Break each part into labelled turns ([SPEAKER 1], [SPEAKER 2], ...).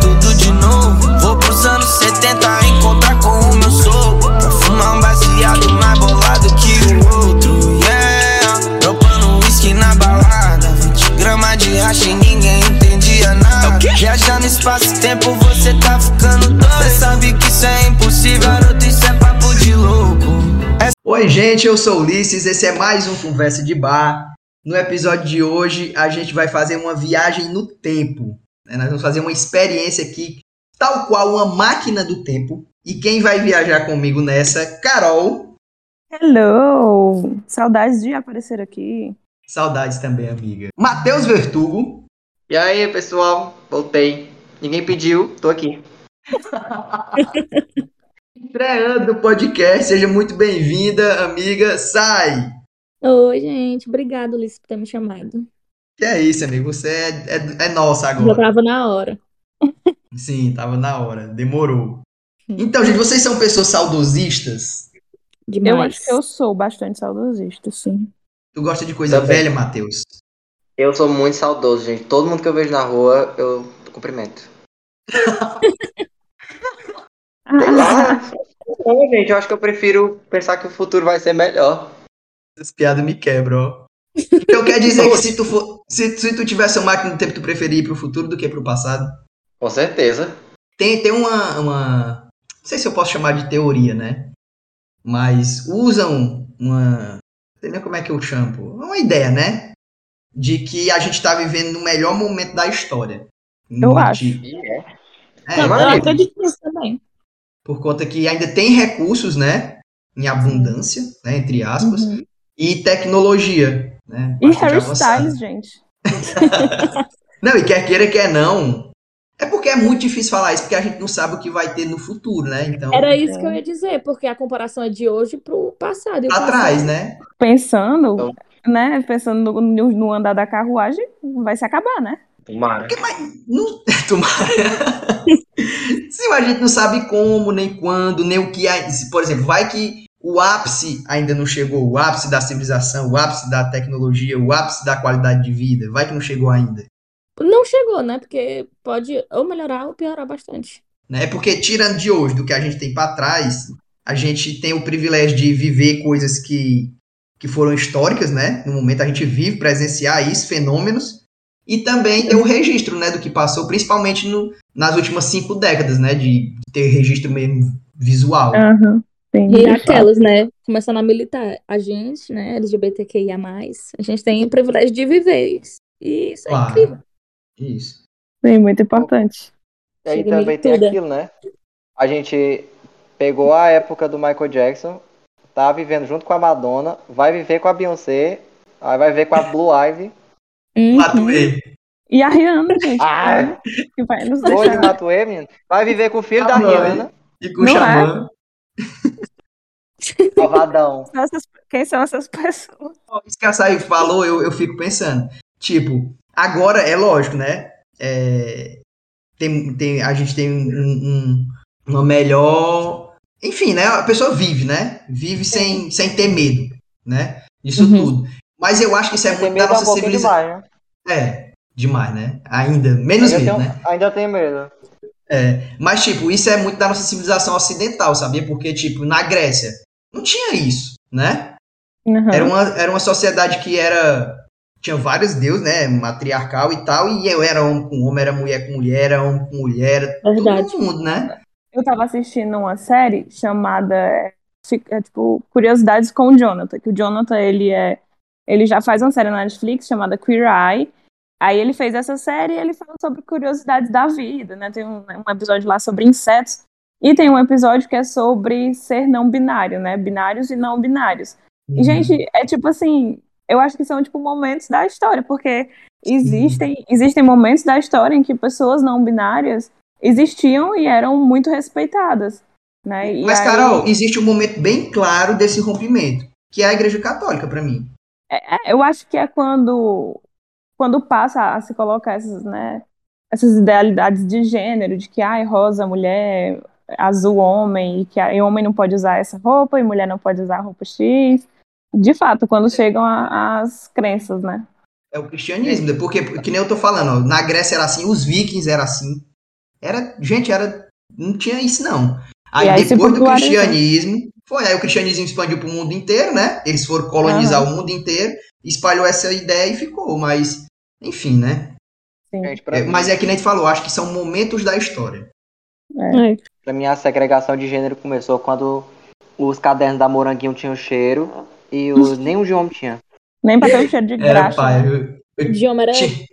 [SPEAKER 1] um Faz tempo você tá ficando doido. Cê sabe que isso é impossível, garoto, isso é papo de louco.
[SPEAKER 2] Oi, gente, eu sou o Ulisses, esse é mais um Conversa de Bar. No episódio de hoje, a gente vai fazer uma viagem no tempo. né? Nós vamos fazer uma experiência aqui, tal qual uma máquina do tempo. E quem vai viajar comigo nessa? Carol.
[SPEAKER 3] Hello! Saudades de aparecer aqui.
[SPEAKER 2] Saudades também, amiga. Matheus Vertugo.
[SPEAKER 4] E aí, pessoal, voltei. Ninguém pediu, tô aqui.
[SPEAKER 2] Estreando o podcast, seja muito bem-vinda, amiga. Sai!
[SPEAKER 5] Oi, gente. Obrigada, Ulisses, por ter me chamado.
[SPEAKER 2] Que é isso, amigo? Você é, é- é nossa
[SPEAKER 5] Já
[SPEAKER 2] agora.
[SPEAKER 5] tava na hora.
[SPEAKER 2] Sim, tava na hora. Demorou.
[SPEAKER 5] Sim.
[SPEAKER 2] Então, gente, vocês são pessoas saudosistas?
[SPEAKER 5] Demais.
[SPEAKER 3] Eu acho que eu sou bastante saudosista, sim.
[SPEAKER 2] Tu gosta de coisa
[SPEAKER 4] Também.
[SPEAKER 2] velha, Matheus?
[SPEAKER 4] Eu sou muito saudoso, gente. Todo mundo que eu vejo na rua, eu cumprimento.
[SPEAKER 3] Ah,
[SPEAKER 4] Sei lá. Não, Então, gente, eu acho que eu prefiro pensar que o futuro vai ser melhor.
[SPEAKER 2] Essas piadas me quebram, ó. Então quer dizer que se tu, for, se, se tu tivesse uma máquina do tempo, tu preferia ir pro futuro do que pro passado?
[SPEAKER 4] Com certeza.
[SPEAKER 2] Tem, tem uma, uma. Não sei se eu posso chamar de teoria, né? Mas usam uma. Não sei nem como é que eu chamo. pô. Uma ideia, né? De que a gente tá vivendo no melhor momento da história.
[SPEAKER 3] Eu
[SPEAKER 2] Muito-
[SPEAKER 3] acho.
[SPEAKER 4] E é.
[SPEAKER 2] É,
[SPEAKER 5] Não, eu
[SPEAKER 4] Maravilha.
[SPEAKER 5] acredito nisso também.
[SPEAKER 2] por conta que ainda tem recursos, né? Em abundância, né? Entre aspas.
[SPEAKER 5] Uhum.
[SPEAKER 2] E tecnologia, né?
[SPEAKER 3] ah, E
[SPEAKER 2] bastante
[SPEAKER 3] Harry
[SPEAKER 2] avançada.
[SPEAKER 3] Styles, gente.
[SPEAKER 2] Não, e quer queira, quer não. É porque é muito difícil falar isso, porque a gente não sabe o que vai ter no futuro, né? Então,
[SPEAKER 5] Era isso que
[SPEAKER 3] é.
[SPEAKER 5] eu ia dizer, porque a comparação é de hoje pro passado. E o
[SPEAKER 2] lá atrás,
[SPEAKER 5] passado-
[SPEAKER 2] né?
[SPEAKER 3] Pensando,
[SPEAKER 4] Então.
[SPEAKER 3] né? Pensando no, no- no andar da carruagem, vai se acabar, né?
[SPEAKER 4] Tomara.
[SPEAKER 2] Não, tomara. Sim, mas a gente não sabe como, nem quando, nem o que é. Por exemplo, vai que o ápice ainda não chegou, o ápice da civilização, o ápice da tecnologia, o ápice da qualidade de vida, vai que não chegou ainda.
[SPEAKER 5] Não chegou, né? Porque pode ou melhorar ou piorar bastante.
[SPEAKER 2] né? Porque tirando de hoje, do que a gente tem para trás, a gente tem o privilégio de viver coisas que, que foram históricas, né? No momento a gente vive, presenciar isso, fenômenos, e também tem o registro, né, do que passou, principalmente no, nas últimas cinco décadas, né, de ter registro mesmo visual.
[SPEAKER 5] Ah,
[SPEAKER 3] Aham.
[SPEAKER 5] E aquelas, né? Começando a militar. A gente, né? LGBTQIA, a gente tem o privilégio de viver isso. E isso é
[SPEAKER 2] Claro.
[SPEAKER 5] incrível.
[SPEAKER 2] Isso.
[SPEAKER 3] Sim, muito importante.
[SPEAKER 4] E aí
[SPEAKER 5] Chega
[SPEAKER 4] também tem
[SPEAKER 5] milituda.
[SPEAKER 4] aquilo, né? A gente pegou a época do Michael Jackson, tá vivendo junto com a Madonna, vai viver com a Beyoncé, aí vai ver com a Blue Ivy.
[SPEAKER 5] Uhum.
[SPEAKER 2] Matuê,
[SPEAKER 3] E a Rihanna, gente,
[SPEAKER 4] Ah.
[SPEAKER 3] que vai nos
[SPEAKER 4] Hoje
[SPEAKER 3] deixar.
[SPEAKER 4] Matuê, menino. Vai viver com o filho da
[SPEAKER 2] Ah, mãe.
[SPEAKER 4] Rihanna.
[SPEAKER 2] e com o
[SPEAKER 5] é?
[SPEAKER 3] Não
[SPEAKER 2] Xamã.
[SPEAKER 4] Malvadão.
[SPEAKER 3] São essas- Quem são essas pessoas?
[SPEAKER 2] Isso que a Saí falou, eu, eu fico pensando. Tipo, agora é lógico, né? É, tem, tem, a gente tem um, um- uma melhor. Enfim, né? A pessoa vive, né? Vive sem, sem ter medo, né? Isso
[SPEAKER 5] Uhum.
[SPEAKER 2] tudo. Mas eu acho que isso é
[SPEAKER 4] Tem
[SPEAKER 2] muito da
[SPEAKER 4] medo um
[SPEAKER 2] nossa
[SPEAKER 4] pouquinho
[SPEAKER 2] civilização.
[SPEAKER 4] demais, né?
[SPEAKER 2] É, demais, né? Ainda. Menos
[SPEAKER 4] Ainda
[SPEAKER 2] medo,
[SPEAKER 4] tenho,
[SPEAKER 2] né?
[SPEAKER 4] ainda tenho medo.
[SPEAKER 2] Mas, tipo, isso é muito da nossa civilização ocidental, sabia? Porque, tipo, na Grécia não tinha isso, né?
[SPEAKER 3] Aham.
[SPEAKER 2] Era uma, era uma sociedade que era. Tinha vários deuses, né? Matriarcal e tal. E eu era homem com homem, era mulher com mulher, era homem com mulher, era
[SPEAKER 5] Verdade.
[SPEAKER 2] todo mundo, né?
[SPEAKER 3] Eu tava assistindo uma série chamada é, fi- é, tipo Curiosidades com o Jonathan, que o Jonathan ele é ele já faz uma série na Netflix chamada Queer Eye. Aí ele fez essa série e ele fala sobre curiosidades da vida, né? Tem um, um episódio lá sobre insetos e tem um episódio que é sobre ser não binário, né? Binários e não binários.
[SPEAKER 2] Uhum.
[SPEAKER 3] E, Gente, é tipo assim, eu acho que são tipo momentos da história, porque existem, existem momentos da história em que pessoas não binárias existiam e eram muito respeitadas, né? E
[SPEAKER 2] Mas,
[SPEAKER 3] aí-
[SPEAKER 2] Carol, existe um momento bem claro desse rompimento, que é a Igreja Católica, pra mim.
[SPEAKER 3] é, eu acho que é quando quando passa a se colocar essas, né, essas idealidades de gênero, de que ai, rosa mulher, azul homem, e que ai, homem não pode usar essa roupa e mulher não pode usar a roupa X. De fato, quando chegam a- as crenças, né?
[SPEAKER 2] É o cristianismo, né? porque, que nem eu tô falando, ó, na Grécia era assim, os vikings era assim. Era, gente, era. Não tinha isso, não. Aí,
[SPEAKER 3] E aí se
[SPEAKER 2] depois do
[SPEAKER 3] popularizou.
[SPEAKER 2] cristianismo, foi, aí o cristianismo expandiu pro mundo inteiro, né? Eles foram colonizar o mundo inteiro, espalhou essa ideia e ficou, mas, enfim, né?
[SPEAKER 3] Sim.
[SPEAKER 4] Gente, pra,
[SPEAKER 2] É,
[SPEAKER 4] mim,
[SPEAKER 2] mas é que nem tu falou, acho que são momentos da história.
[SPEAKER 5] É.
[SPEAKER 4] pra mim, a segregação de gênero começou quando os cadernos da Moranguinho tinham cheiro e os, nenhum de homem tinha.
[SPEAKER 3] Nem papel cheiro de
[SPEAKER 2] Era,
[SPEAKER 3] graxa.
[SPEAKER 2] pai, eu
[SPEAKER 5] Idioma era,
[SPEAKER 2] ti-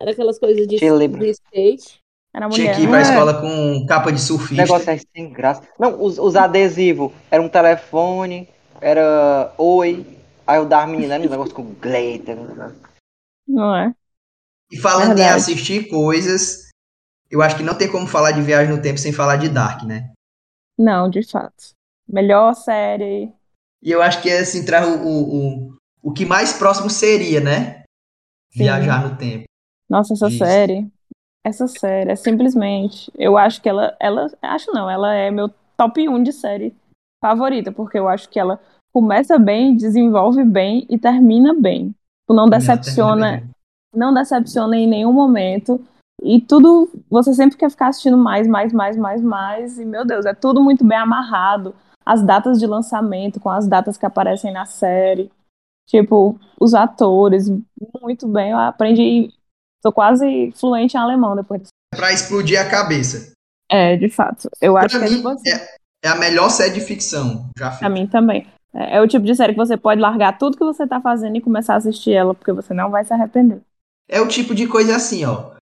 [SPEAKER 5] era aquelas coisas de,
[SPEAKER 4] Te lembra.
[SPEAKER 5] de skate.
[SPEAKER 3] Era
[SPEAKER 2] tinha
[SPEAKER 3] mulher.
[SPEAKER 2] que ir pra
[SPEAKER 4] É.
[SPEAKER 2] escola com capa de
[SPEAKER 4] O
[SPEAKER 2] surfista.
[SPEAKER 4] negócio é sem graça. Não, os, os adesivos. Era um telefone, era oi. Aí o das meninas, era um negócio com glitter.
[SPEAKER 3] Não é?
[SPEAKER 2] E falando em
[SPEAKER 3] Verdade.
[SPEAKER 2] assistir coisas, eu acho que não tem como falar de Viagem no Tempo sem falar de Dark, né?
[SPEAKER 3] Não, de fato. Melhor série.
[SPEAKER 2] E eu acho que é assim, traz o, o, o, o que mais próximo seria, né?
[SPEAKER 3] Sim.
[SPEAKER 2] Viajar no tempo.
[SPEAKER 3] Nossa, essa
[SPEAKER 2] Isso.
[SPEAKER 3] série. Essa série é simplesmente. Eu acho que ela. ela acho não, ela é meu top 1 de série favorita, porque eu acho que ela começa bem, desenvolve bem e termina bem. Tu Não decepciona, não decepciona em nenhum momento. E tudo, você sempre quer ficar assistindo mais, mais, mais, mais, mais. E meu Deus, é tudo muito bem amarrado. As datas de lançamento, com as datas que aparecem na série. Tipo, os atores, muito bem. Eu aprendi, tô quase fluente em alemão depois disso.
[SPEAKER 2] É Pra explodir a cabeça.
[SPEAKER 3] É, de fato. Eu acho
[SPEAKER 2] Pra
[SPEAKER 3] que é
[SPEAKER 2] mim,
[SPEAKER 3] tipo assim.
[SPEAKER 2] é, é a melhor série de ficção. Já fiz.
[SPEAKER 3] Pra mim também. É, é o tipo de série que você pode largar tudo que você tá fazendo e começar a assistir ela, porque você não vai se arrepender.
[SPEAKER 2] É o tipo de coisa assim, ó.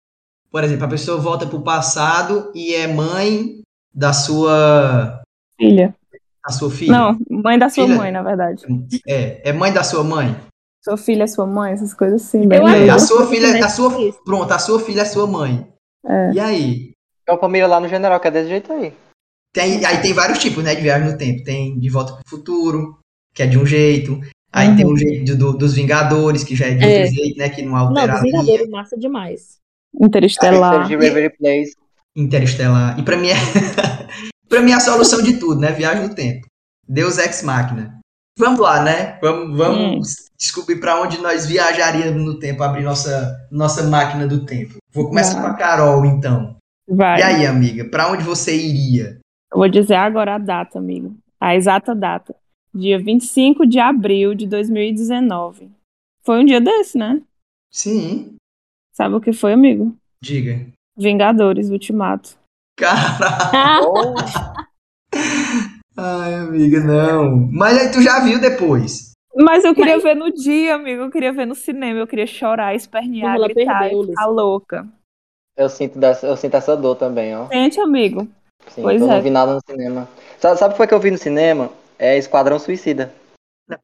[SPEAKER 2] Por exemplo, a pessoa volta pro passado e é mãe da sua,
[SPEAKER 3] Filha.
[SPEAKER 2] da sua filha.
[SPEAKER 3] Não, mãe da sua
[SPEAKER 2] Filha.
[SPEAKER 3] mãe, na verdade.
[SPEAKER 2] É, é mãe da sua mãe.
[SPEAKER 3] Sua filha, sua mãe, essas coisas assim.
[SPEAKER 5] Eu
[SPEAKER 2] É,
[SPEAKER 3] bem
[SPEAKER 5] acho
[SPEAKER 2] a
[SPEAKER 3] doido.
[SPEAKER 2] sua filha, a sua,
[SPEAKER 5] Isso.
[SPEAKER 2] pronto, a sua filha é sua mãe. E aí?
[SPEAKER 4] É uma família lá no General, que é desse jeito aí.
[SPEAKER 2] Tem, aí tem vários tipos, né, de viagem no tempo. Tem de volta pro futuro, que é de um jeito. Aí
[SPEAKER 3] Uhum.
[SPEAKER 2] tem o jeito do- do- dos Vingadores, que já é de
[SPEAKER 5] É.
[SPEAKER 2] outro jeito, né, que não
[SPEAKER 5] Não,
[SPEAKER 2] altera
[SPEAKER 5] dos
[SPEAKER 2] a linha.
[SPEAKER 5] Vingadores, massa demais.
[SPEAKER 3] Interestelar.
[SPEAKER 4] Seja de Reverie Place.
[SPEAKER 2] Interestelar. E pra mim é para mim é a solução de tudo, né? Viagem no tempo. Deus ex machina. Vamos lá, né? Vamos, vamos descobrir pra onde nós viajaríamos no tempo, abrir nossa nossa máquina do tempo. Vou começar
[SPEAKER 3] Vai.
[SPEAKER 2] com a Carol então.
[SPEAKER 3] Vai.
[SPEAKER 2] E aí, amiga, pra onde você iria?
[SPEAKER 3] Eu vou dizer agora a data, amigo. A exata data. Dia 25 de abril de 2019. Foi um dia desse, né?
[SPEAKER 2] Sim,
[SPEAKER 3] Sabe o que foi, amigo?
[SPEAKER 2] diga.
[SPEAKER 3] Vingadores Ultimato.
[SPEAKER 2] Cara,
[SPEAKER 3] Ah,
[SPEAKER 4] Ou
[SPEAKER 2] ai, amiga, não. Mas aí tu já viu depois.
[SPEAKER 3] Mas eu queria ver no dia, amigo. Eu queria ver no cinema. Eu queria chorar, espernear,
[SPEAKER 5] Ela
[SPEAKER 3] gritar,
[SPEAKER 5] perdeu,
[SPEAKER 3] e
[SPEAKER 5] Luiz.
[SPEAKER 3] ficar louca.
[SPEAKER 4] eu, sinto dessa, eu sinto essa dor também, ó.
[SPEAKER 3] Gente, amigo.
[SPEAKER 4] Sim,
[SPEAKER 3] Pois
[SPEAKER 4] eu
[SPEAKER 3] é.
[SPEAKER 4] não vi nada no cinema. Sabe, sabe o que foi que eu vi no cinema? É Esquadrão Suicida.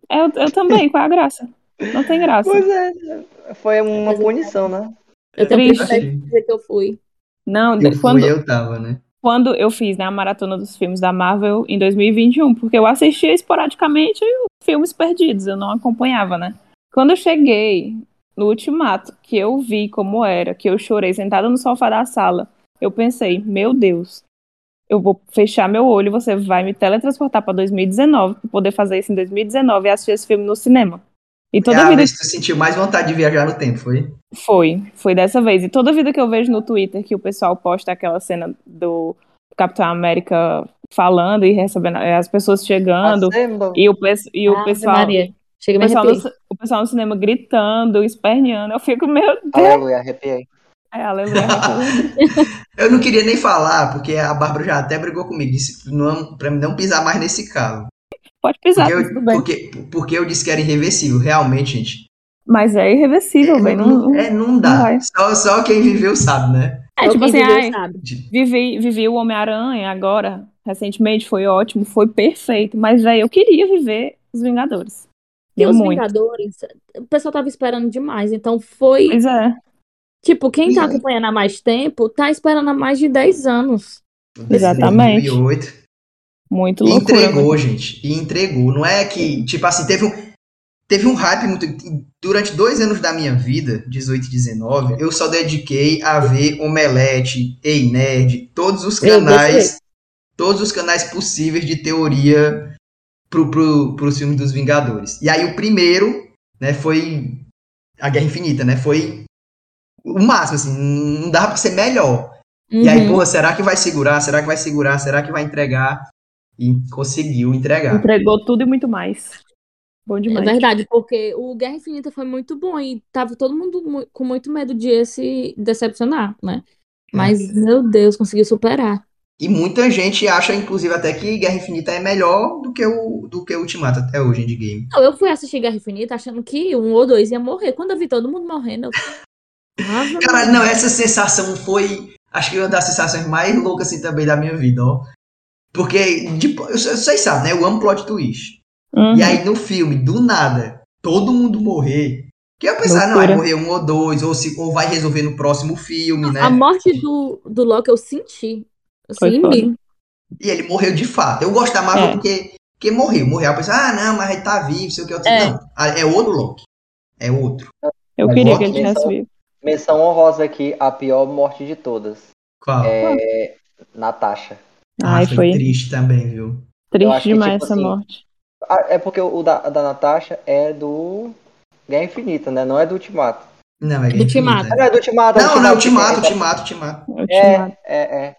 [SPEAKER 3] Eu, eu também. Qual é a graça? Não tem graça.
[SPEAKER 4] Pois é, foi uma punição, né?
[SPEAKER 5] Eu também
[SPEAKER 3] Triste.
[SPEAKER 5] preciso dizer que eu fui.
[SPEAKER 3] Não,
[SPEAKER 2] Eu fui,
[SPEAKER 3] quando,
[SPEAKER 2] eu tava, né?
[SPEAKER 3] quando eu fiz né, a maratona dos filmes da Marvel em 2021, porque eu assistia esporadicamente filmes perdidos, eu não acompanhava, né? Quando eu cheguei no Ultimato, que eu vi como era, que eu chorei sentada no sofá da sala, eu pensei, meu Deus, eu vou fechar meu olho, e você vai me teletransportar pra 2019, pra poder fazer isso em 2019 e assistir esse filme no cinema. E
[SPEAKER 2] é
[SPEAKER 3] toda
[SPEAKER 2] a
[SPEAKER 3] vida
[SPEAKER 2] vez que tu sentiu mais vontade de viajar no tempo, foi?
[SPEAKER 3] foi, foi dessa vez. E toda vida que eu vejo no Twitter que o pessoal posta aquela cena do Capitão América falando e recebendo eh, as pessoas chegando
[SPEAKER 4] Assemble.
[SPEAKER 3] e o, pe- e o
[SPEAKER 5] Ave
[SPEAKER 3] pessoal,
[SPEAKER 5] Ah, Maria. Chega
[SPEAKER 3] o,
[SPEAKER 5] me
[SPEAKER 3] pessoal no,
[SPEAKER 5] arrepiei.
[SPEAKER 3] ci- o pessoal no cinema gritando, esperneando. Eu fico, meu Deus,
[SPEAKER 4] Aleluia, arrepiei.
[SPEAKER 3] é, aleluia.
[SPEAKER 2] Eu não queria nem falar, porque a Bárbara já até brigou comigo, disse não, pra mim não pisar mais nesse carro.
[SPEAKER 3] Pode pisar,
[SPEAKER 2] Porque eu,
[SPEAKER 3] tudo bem.
[SPEAKER 2] porque, porque eu disse que era irreversível, realmente, gente.
[SPEAKER 3] Mas é irreversível,
[SPEAKER 2] é,
[SPEAKER 3] bem. Não,
[SPEAKER 2] não, é, não dá.
[SPEAKER 3] vai.
[SPEAKER 2] só, só quem viveu sabe, né?
[SPEAKER 3] É, tipo assim, ai,
[SPEAKER 5] sabe.
[SPEAKER 3] vivi, vivi o Homem-Aranha agora, recentemente, foi ótimo, foi perfeito. Mas, velho, eu queria viver os Vingadores.
[SPEAKER 5] Tem os
[SPEAKER 3] muito.
[SPEAKER 5] Vingadores. O pessoal tava esperando demais. Então foi.
[SPEAKER 3] Pois é.
[SPEAKER 5] Tipo, quem tá
[SPEAKER 2] Pois é.
[SPEAKER 5] acompanhando há mais tempo, tá esperando há mais de 10 anos.
[SPEAKER 3] Exatamente.
[SPEAKER 2] 2008.
[SPEAKER 3] Muito
[SPEAKER 2] E
[SPEAKER 3] loucura.
[SPEAKER 2] entregou, gente. E entregou. Não é que, tipo assim, teve um, teve um hype muito. Durante dois anos da minha vida, 18 e 19, eu só dediquei a ver Omelete, Ei Nerd, todos os
[SPEAKER 5] Eu
[SPEAKER 2] canais.
[SPEAKER 5] gostei.
[SPEAKER 2] Todos os canais possíveis de teoria pro, pro, pros filmes dos Vingadores. E aí o primeiro, né, foi. A Guerra Infinita, né? Foi o máximo, assim. Não dava pra ser melhor. E aí,
[SPEAKER 5] Uhum.
[SPEAKER 2] porra, será que vai segurar? Será que vai segurar?
[SPEAKER 5] Então-
[SPEAKER 2] Será que vai entregar? E conseguiu entregar.
[SPEAKER 3] Entregou tudo e muito mais. Bom
[SPEAKER 5] É
[SPEAKER 3] demais.
[SPEAKER 5] verdade, porque o Guerra Infinita foi muito bom e tava todo mundo mu- com muito medo de se decepcionar, né?
[SPEAKER 2] É.
[SPEAKER 5] Mas, meu Deus, conseguiu superar.
[SPEAKER 2] E muita gente acha, inclusive, até que Guerra Infinita é melhor do que o, do que o Ultimato até hoje, Endgame.
[SPEAKER 5] Não, eu fui assistir Guerra Infinita achando que um ou dois ia morrer. Quando eu vi todo mundo morrendo, eu... Ave
[SPEAKER 2] Caralho, não, essa sensação foi, acho que uma das sensações mais loucas, assim, também da minha vida, ó. Porque, tipo, vocês sabem, né? Eu amo plot twist.
[SPEAKER 3] Uhum.
[SPEAKER 2] E aí no filme, do nada, todo mundo morrer. Que eu ia pensar, não,
[SPEAKER 3] Loucura.
[SPEAKER 2] vai morrer um ou dois, ou, se, ou vai resolver no próximo filme, né?
[SPEAKER 5] A morte do, do Loki eu senti. Assim,
[SPEAKER 3] Foi
[SPEAKER 5] em
[SPEAKER 3] foda.
[SPEAKER 5] mim.
[SPEAKER 2] E ele morreu de fato. Eu gosto da Marvel
[SPEAKER 3] É.
[SPEAKER 2] porque, porque morreu. Morreu. A pessoa, ah, não, mas ele tá vivo, sei o que. Outro.
[SPEAKER 3] É.
[SPEAKER 2] Não, ah, é outro Loki. É outro.
[SPEAKER 3] Eu
[SPEAKER 2] Mas
[SPEAKER 3] queria
[SPEAKER 2] Loki
[SPEAKER 3] que ele tivesse
[SPEAKER 4] então-
[SPEAKER 3] vivo.
[SPEAKER 4] Menção honrosa aqui, a pior morte de todas.
[SPEAKER 2] Qual?
[SPEAKER 4] É. Natasha.
[SPEAKER 2] Ah,
[SPEAKER 3] Ai, foi
[SPEAKER 2] triste também, viu?
[SPEAKER 4] Eu
[SPEAKER 3] triste
[SPEAKER 4] acho que,
[SPEAKER 3] demais
[SPEAKER 4] tipo
[SPEAKER 3] essa
[SPEAKER 4] assim,
[SPEAKER 3] morte.
[SPEAKER 4] Ah, É porque o da, da Natasha é do Guerra Infinita, né? Não é do Ultimato.
[SPEAKER 2] Não, é
[SPEAKER 5] Do Ultimato.
[SPEAKER 4] Ah, não, é do Ultimato. é do
[SPEAKER 2] Não, não, te
[SPEAKER 4] Ultimato.
[SPEAKER 2] mato, te mato, te mato.
[SPEAKER 3] Eu te mato.
[SPEAKER 4] É, é, é.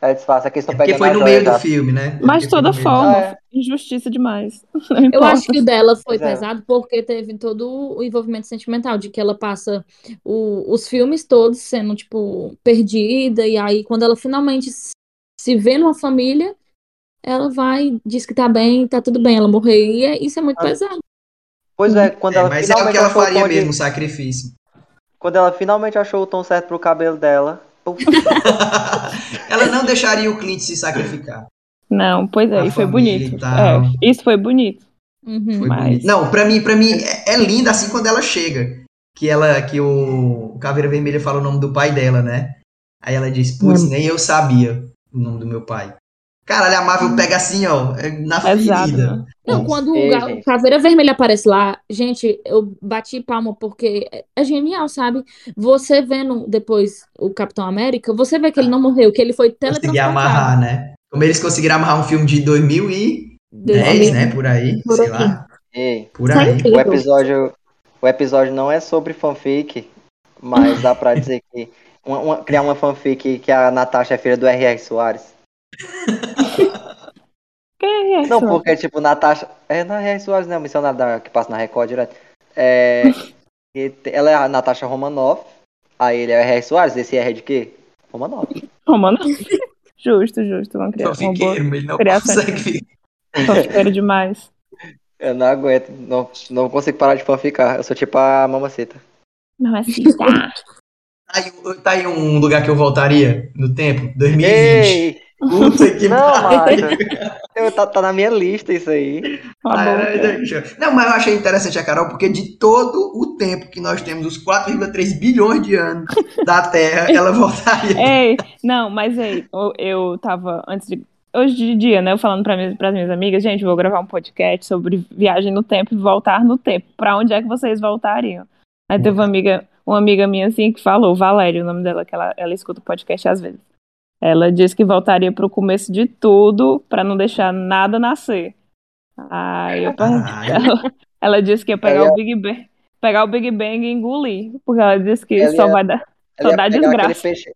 [SPEAKER 4] É disfarce. Aqui estão
[SPEAKER 2] Porque
[SPEAKER 4] pegando
[SPEAKER 2] foi
[SPEAKER 4] a
[SPEAKER 2] no
[SPEAKER 4] joia
[SPEAKER 2] meio do
[SPEAKER 4] da-
[SPEAKER 2] filme, né?
[SPEAKER 3] Mas
[SPEAKER 2] Porque foi
[SPEAKER 3] de toda
[SPEAKER 2] no meio do-
[SPEAKER 3] forma,
[SPEAKER 4] Ah,
[SPEAKER 3] injustiça demais. Não importa.
[SPEAKER 5] É. Eu acho que o dela foi
[SPEAKER 4] Pois é.
[SPEAKER 5] pesado porque teve todo o envolvimento sentimental, de que ela passa o- os filmes todos sendo, tipo, perdida, e aí quando ela finalmente s- se vê numa família, ela vai, diz que tá bem, tá tudo bem, ela morreu. E é- isso é muito
[SPEAKER 4] Ah.
[SPEAKER 5] pesado.
[SPEAKER 4] Pois é, quando
[SPEAKER 2] É,
[SPEAKER 4] ela
[SPEAKER 2] mas é o
[SPEAKER 4] finalmente
[SPEAKER 2] que ela
[SPEAKER 4] achou o
[SPEAKER 2] faria
[SPEAKER 4] tom de-
[SPEAKER 2] mesmo, o sacrifício.
[SPEAKER 4] Quando ela finalmente achou o tom certo pro cabelo dela. puf,
[SPEAKER 2] ela não deixaria o Clint se sacrificar.
[SPEAKER 3] Não, pois é,
[SPEAKER 2] A
[SPEAKER 3] e foi
[SPEAKER 2] família e
[SPEAKER 3] bonito.
[SPEAKER 2] tal.
[SPEAKER 3] É, isso foi bonito.
[SPEAKER 5] Uhum.
[SPEAKER 2] Foi
[SPEAKER 3] Mas-
[SPEAKER 2] bonito. Não, pra mim, pra mim é, é linda assim quando ela chega. Que ela, que o, o Caveira Vermelha fala o nome do pai dela, né? Aí ela diz, putz, nem eu sabia o nome do meu pai. Caralho, a Marvel pega assim, ó, é na
[SPEAKER 3] Exato,
[SPEAKER 2] ferida.
[SPEAKER 3] né?
[SPEAKER 5] Não, quando o
[SPEAKER 4] Ei,
[SPEAKER 5] ga-
[SPEAKER 4] gente.
[SPEAKER 5] Caveira Vermelha aparece lá, gente, eu bati palma porque é- é genial, sabe? Você vendo depois o Capitão América, você vê que ele não morreu, que ele foi
[SPEAKER 2] Conseguir
[SPEAKER 5] teletransportado.
[SPEAKER 2] Ah. amarrar, né? Como eles conseguiram amarrar um filme de 2010,
[SPEAKER 5] Deus
[SPEAKER 2] né? Por aí,
[SPEAKER 5] Por
[SPEAKER 2] sei
[SPEAKER 5] aí.
[SPEAKER 2] lá.
[SPEAKER 4] Ei,
[SPEAKER 2] Por
[SPEAKER 5] Tá
[SPEAKER 2] aí.
[SPEAKER 5] incrível.
[SPEAKER 4] o episódio, o episódio não é sobre fanfic, mas dá pra dizer que. uma- uma- criar uma fanfic que a Natasha é filha do R.R. Soares.
[SPEAKER 3] Quem é
[SPEAKER 4] Não,
[SPEAKER 3] isso?
[SPEAKER 4] porque, tipo, Natasha. É na R.R. Soares, né? A missão da- da- que passa na Record direto. É, e te- ela é a Natasha Romanoff. Aí ele é o R.R. Soares. Esse R é de quê? Romanoff.
[SPEAKER 3] Romano? Justo, justo. Vamos criar
[SPEAKER 2] Só
[SPEAKER 3] uma boa.
[SPEAKER 2] fiqueiro, ele não
[SPEAKER 3] criação.
[SPEAKER 2] consegue ficar.
[SPEAKER 3] Fanfiqueiro demais.
[SPEAKER 4] Eu não aguento. Não, não consigo parar de fanficar. Eu sou tipo a mamacita.
[SPEAKER 3] Mamacita.
[SPEAKER 2] Tá aí- Tá aí um lugar que eu voltaria no tempo, 2020.
[SPEAKER 4] Ei!
[SPEAKER 2] Puta que
[SPEAKER 4] Não,
[SPEAKER 2] pariu.
[SPEAKER 4] Márcio. Eu- tá, tá na minha lista isso aí.
[SPEAKER 3] Cala a
[SPEAKER 2] Ah,
[SPEAKER 3] boca.
[SPEAKER 2] era- era- Não, mas eu achei interessante a Carol, porque de todo o tempo que nós temos, os 4,3 bilhões de anos da Terra, ela voltaria.
[SPEAKER 3] Ei, não, mas ei, eu, eu tava antes de. Hoje de dia, né? Eu falando para as minhas amigas, gente, vou gravar um podcast sobre viagem no tempo e voltar no tempo. Pra onde é que vocês voltariam? Aí teve uma amiga, uma amiga minha assim que falou, Valéria, o nome dela, que ela, ela escuta o podcast às vezes. Ela disse que voltaria pro começo de tudo pra não deixar nada nascer. Aí eu
[SPEAKER 2] Caralho.
[SPEAKER 3] ela, ela disse que ia pegar
[SPEAKER 4] Ela-
[SPEAKER 3] o Big Bang, pegar o Big Bang e engolir, porque ela disse que
[SPEAKER 4] Ela
[SPEAKER 3] só
[SPEAKER 4] ia-
[SPEAKER 3] vai dar
[SPEAKER 4] Ela
[SPEAKER 3] Só dá
[SPEAKER 4] pegar aquele
[SPEAKER 3] desgraça.
[SPEAKER 4] peixe.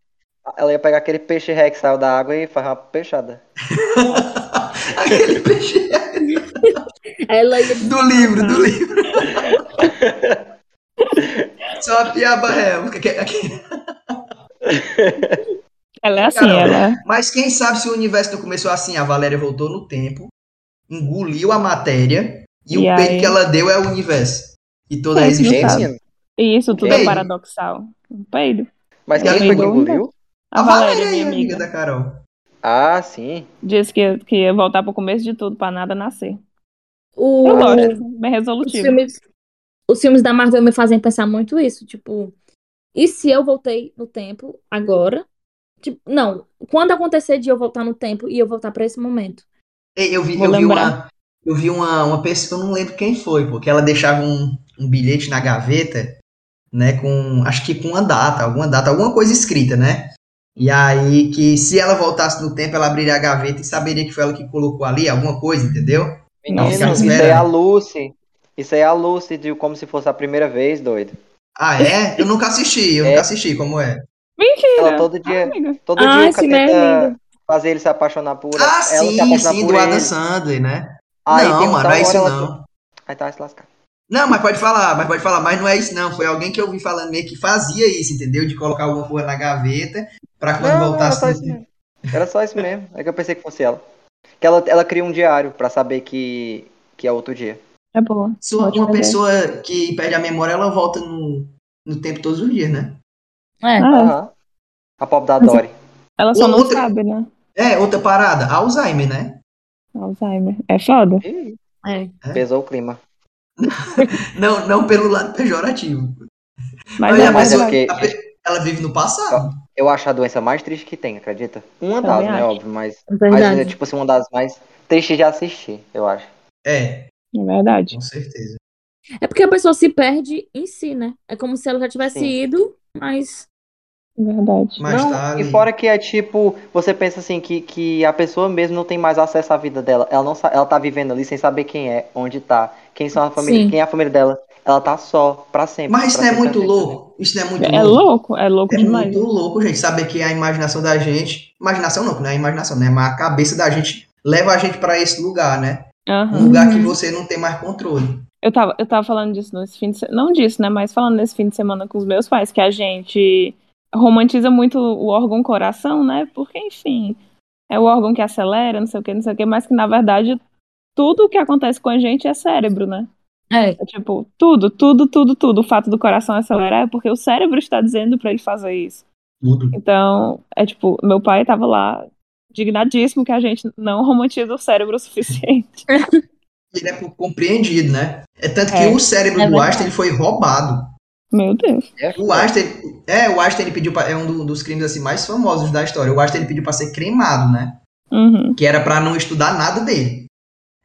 [SPEAKER 4] Ela ia pegar aquele peixe rex que saiu da água e fazer uma peixada.
[SPEAKER 2] Aquele peixe
[SPEAKER 5] Ela ia
[SPEAKER 2] do livro, do livro. Só a piaba réu. Que- que- que-
[SPEAKER 3] Ela é assim,
[SPEAKER 2] Carol.
[SPEAKER 3] ela.
[SPEAKER 2] Mas quem sabe se o universo não começou assim, a Valéria voltou no tempo, engoliu a matéria, e,
[SPEAKER 3] E
[SPEAKER 2] o peito
[SPEAKER 3] aí?
[SPEAKER 2] que ela deu é o universo. E toda a
[SPEAKER 3] É, isso não
[SPEAKER 2] existência.
[SPEAKER 3] sabe. E isso tudo é
[SPEAKER 2] Peido.
[SPEAKER 3] paradoxal. Um Peido.
[SPEAKER 4] Mas quem
[SPEAKER 2] Ela
[SPEAKER 4] foi que
[SPEAKER 3] engoliu?
[SPEAKER 4] engoliu?
[SPEAKER 3] A, Valéria, minha amiga,
[SPEAKER 2] da Carol.
[SPEAKER 4] Ah, sim.
[SPEAKER 3] disse que ia, que ia voltar pro começo de tudo, pra nada nascer.
[SPEAKER 5] O,
[SPEAKER 3] Eu gosto, é bem
[SPEAKER 5] Os
[SPEAKER 4] tipo.
[SPEAKER 3] resolutivo.
[SPEAKER 5] filmes, os filmes da Marvel me fazem pensar muito isso. Tipo, e se eu voltei no tempo agora? Tipo, não, quando acontecer de eu voltar no tempo e eu voltar pra esse momento?
[SPEAKER 2] Ei, Eu vi,
[SPEAKER 3] Vou
[SPEAKER 2] eu vi
[SPEAKER 3] lembrar.
[SPEAKER 2] uma. Eu vi uma, uma pessoa, eu não lembro quem foi, porque ela deixava um, um bilhete na gaveta, né? Com. Acho que com uma data, alguma data, alguma coisa escrita, né? E aí que se ela voltasse no tempo, ela abriria a gaveta e saberia que foi ela que colocou ali alguma coisa, entendeu?
[SPEAKER 4] Menino,
[SPEAKER 3] Nossa,
[SPEAKER 4] isso
[SPEAKER 2] espera.
[SPEAKER 4] aí é a Lucy. Isso aí é a Lucy de como se fosse a primeira vez, doido.
[SPEAKER 2] Ah, é? Eu nunca assisti, eu
[SPEAKER 4] É.
[SPEAKER 2] nunca assisti, como é?
[SPEAKER 3] Mentira!
[SPEAKER 4] Ela todo dia,
[SPEAKER 3] Amiga.
[SPEAKER 4] todo
[SPEAKER 5] Ah,
[SPEAKER 4] dia o
[SPEAKER 5] esse meme é
[SPEAKER 4] capeta
[SPEAKER 5] lindo.
[SPEAKER 4] fazer ele se apaixonar por
[SPEAKER 2] Ah,
[SPEAKER 4] ela. se
[SPEAKER 2] sim,
[SPEAKER 4] apaixonar
[SPEAKER 2] sim,
[SPEAKER 4] por
[SPEAKER 2] do Adam
[SPEAKER 4] ele.
[SPEAKER 2] Sandler, né?
[SPEAKER 4] Aí tem
[SPEAKER 2] não,
[SPEAKER 4] um
[SPEAKER 2] mano,
[SPEAKER 4] tal
[SPEAKER 2] não é isso
[SPEAKER 4] hora ela-
[SPEAKER 2] não.
[SPEAKER 4] Aí tá, vai se lascar.
[SPEAKER 2] Não, mas pode falar, mas pode falar, mas não é isso não. Foi alguém que eu vi falando meio que fazia isso, entendeu? De colocar alguma coisa na gaveta pra quando assim.
[SPEAKER 4] Não, não, era
[SPEAKER 2] voltasse.
[SPEAKER 4] só isso mesmo. Era só isso mesmo. É que eu pensei que fosse ela. Que ela, ela cria um diário pra saber que, que é outro dia.
[SPEAKER 3] É boa.
[SPEAKER 2] Se uma,
[SPEAKER 3] Ótima
[SPEAKER 2] uma
[SPEAKER 3] ideia.
[SPEAKER 2] pessoa que perde a memória, ela volta no, no tempo todos os dias, né?
[SPEAKER 5] É.
[SPEAKER 3] Ah,
[SPEAKER 4] Aham. A pop da Dory.
[SPEAKER 3] ela só
[SPEAKER 2] Uma
[SPEAKER 3] não
[SPEAKER 2] outra-
[SPEAKER 3] sabe, né?
[SPEAKER 2] É, outra parada, Alzheimer, né?
[SPEAKER 3] Alzheimer. É foda.
[SPEAKER 4] Ih,
[SPEAKER 5] É.
[SPEAKER 4] pesou o clima.
[SPEAKER 2] Não, não pelo lado pejorativo.
[SPEAKER 3] Mas
[SPEAKER 2] Olha,
[SPEAKER 3] é
[SPEAKER 4] mas
[SPEAKER 3] mais
[SPEAKER 4] é
[SPEAKER 3] foda.
[SPEAKER 4] porque
[SPEAKER 2] a pe- ela vive no passado.
[SPEAKER 4] eu acho a doença mais triste que tem, acredita? Uma
[SPEAKER 3] Também
[SPEAKER 4] das, né?
[SPEAKER 3] acho.
[SPEAKER 4] Óbvio, mas, mas é
[SPEAKER 5] Verdade.
[SPEAKER 4] tipo assim, uma das mais tristes de assistir, eu acho.
[SPEAKER 2] É,
[SPEAKER 3] É verdade.
[SPEAKER 2] com certeza.
[SPEAKER 5] É porque a pessoa se perde em si, né? É como se ela já tivesse
[SPEAKER 4] Sim.
[SPEAKER 5] ido, mas.
[SPEAKER 3] É verdade.
[SPEAKER 2] Mas
[SPEAKER 4] não,
[SPEAKER 2] tá
[SPEAKER 4] e
[SPEAKER 2] ali.
[SPEAKER 4] fora que é tipo, você pensa assim, que, que a pessoa mesmo não tem mais acesso à vida dela. Ela não sa- ela tá vivendo ali sem saber quem é, onde tá, quem são a família,
[SPEAKER 5] Sim.
[SPEAKER 4] quem é a família dela. Ela tá só, pra sempre.
[SPEAKER 2] Mas isso
[SPEAKER 4] pra né?
[SPEAKER 2] não é
[SPEAKER 4] sempre,
[SPEAKER 2] muito
[SPEAKER 4] pra sempre,
[SPEAKER 2] louco. Isso não é muito
[SPEAKER 3] É
[SPEAKER 2] louco.
[SPEAKER 3] louco, é louco
[SPEAKER 2] É
[SPEAKER 3] demais.
[SPEAKER 2] muito louco, gente, saber que a imaginação da gente. Imaginação não, que não é imaginação, né? Mas a cabeça da gente leva a gente pra esse lugar, né? Um
[SPEAKER 3] Aham.
[SPEAKER 5] Hum.
[SPEAKER 2] lugar que você não tem mais controle.
[SPEAKER 3] Eu tava, eu tava falando disso nesse fim de semana. Não disso, né? Mas falando nesse fim de semana com os meus pais, que a gente romantiza muito o órgão coração, né? Porque, enfim, é o órgão que acelera, não sei o que, não sei o que, mas que na verdade tudo o que acontece com a gente é cérebro, né?
[SPEAKER 5] É.
[SPEAKER 3] É tipo, tudo, tudo, tudo, tudo. O fato do coração acelerar é porque o cérebro está dizendo pra ele fazer isso.
[SPEAKER 2] Tudo.
[SPEAKER 3] Então, é tipo, meu pai tava lá dignadíssimo que a gente não romantiza o cérebro o suficiente.
[SPEAKER 2] Ele é compreendido, né? É tanto que
[SPEAKER 3] É.
[SPEAKER 2] o cérebro
[SPEAKER 5] É
[SPEAKER 2] do
[SPEAKER 5] verdade.
[SPEAKER 2] Einstein ele foi roubado.
[SPEAKER 3] Meu Deus.
[SPEAKER 4] né?
[SPEAKER 2] O Einstein, é, o Einstein ele pediu pra, é um do- dos crimes assim mais famosos da história. O Einstein ele pediu pra ser cremado, né?
[SPEAKER 3] Uhum.
[SPEAKER 2] Que era pra não estudar nada dele.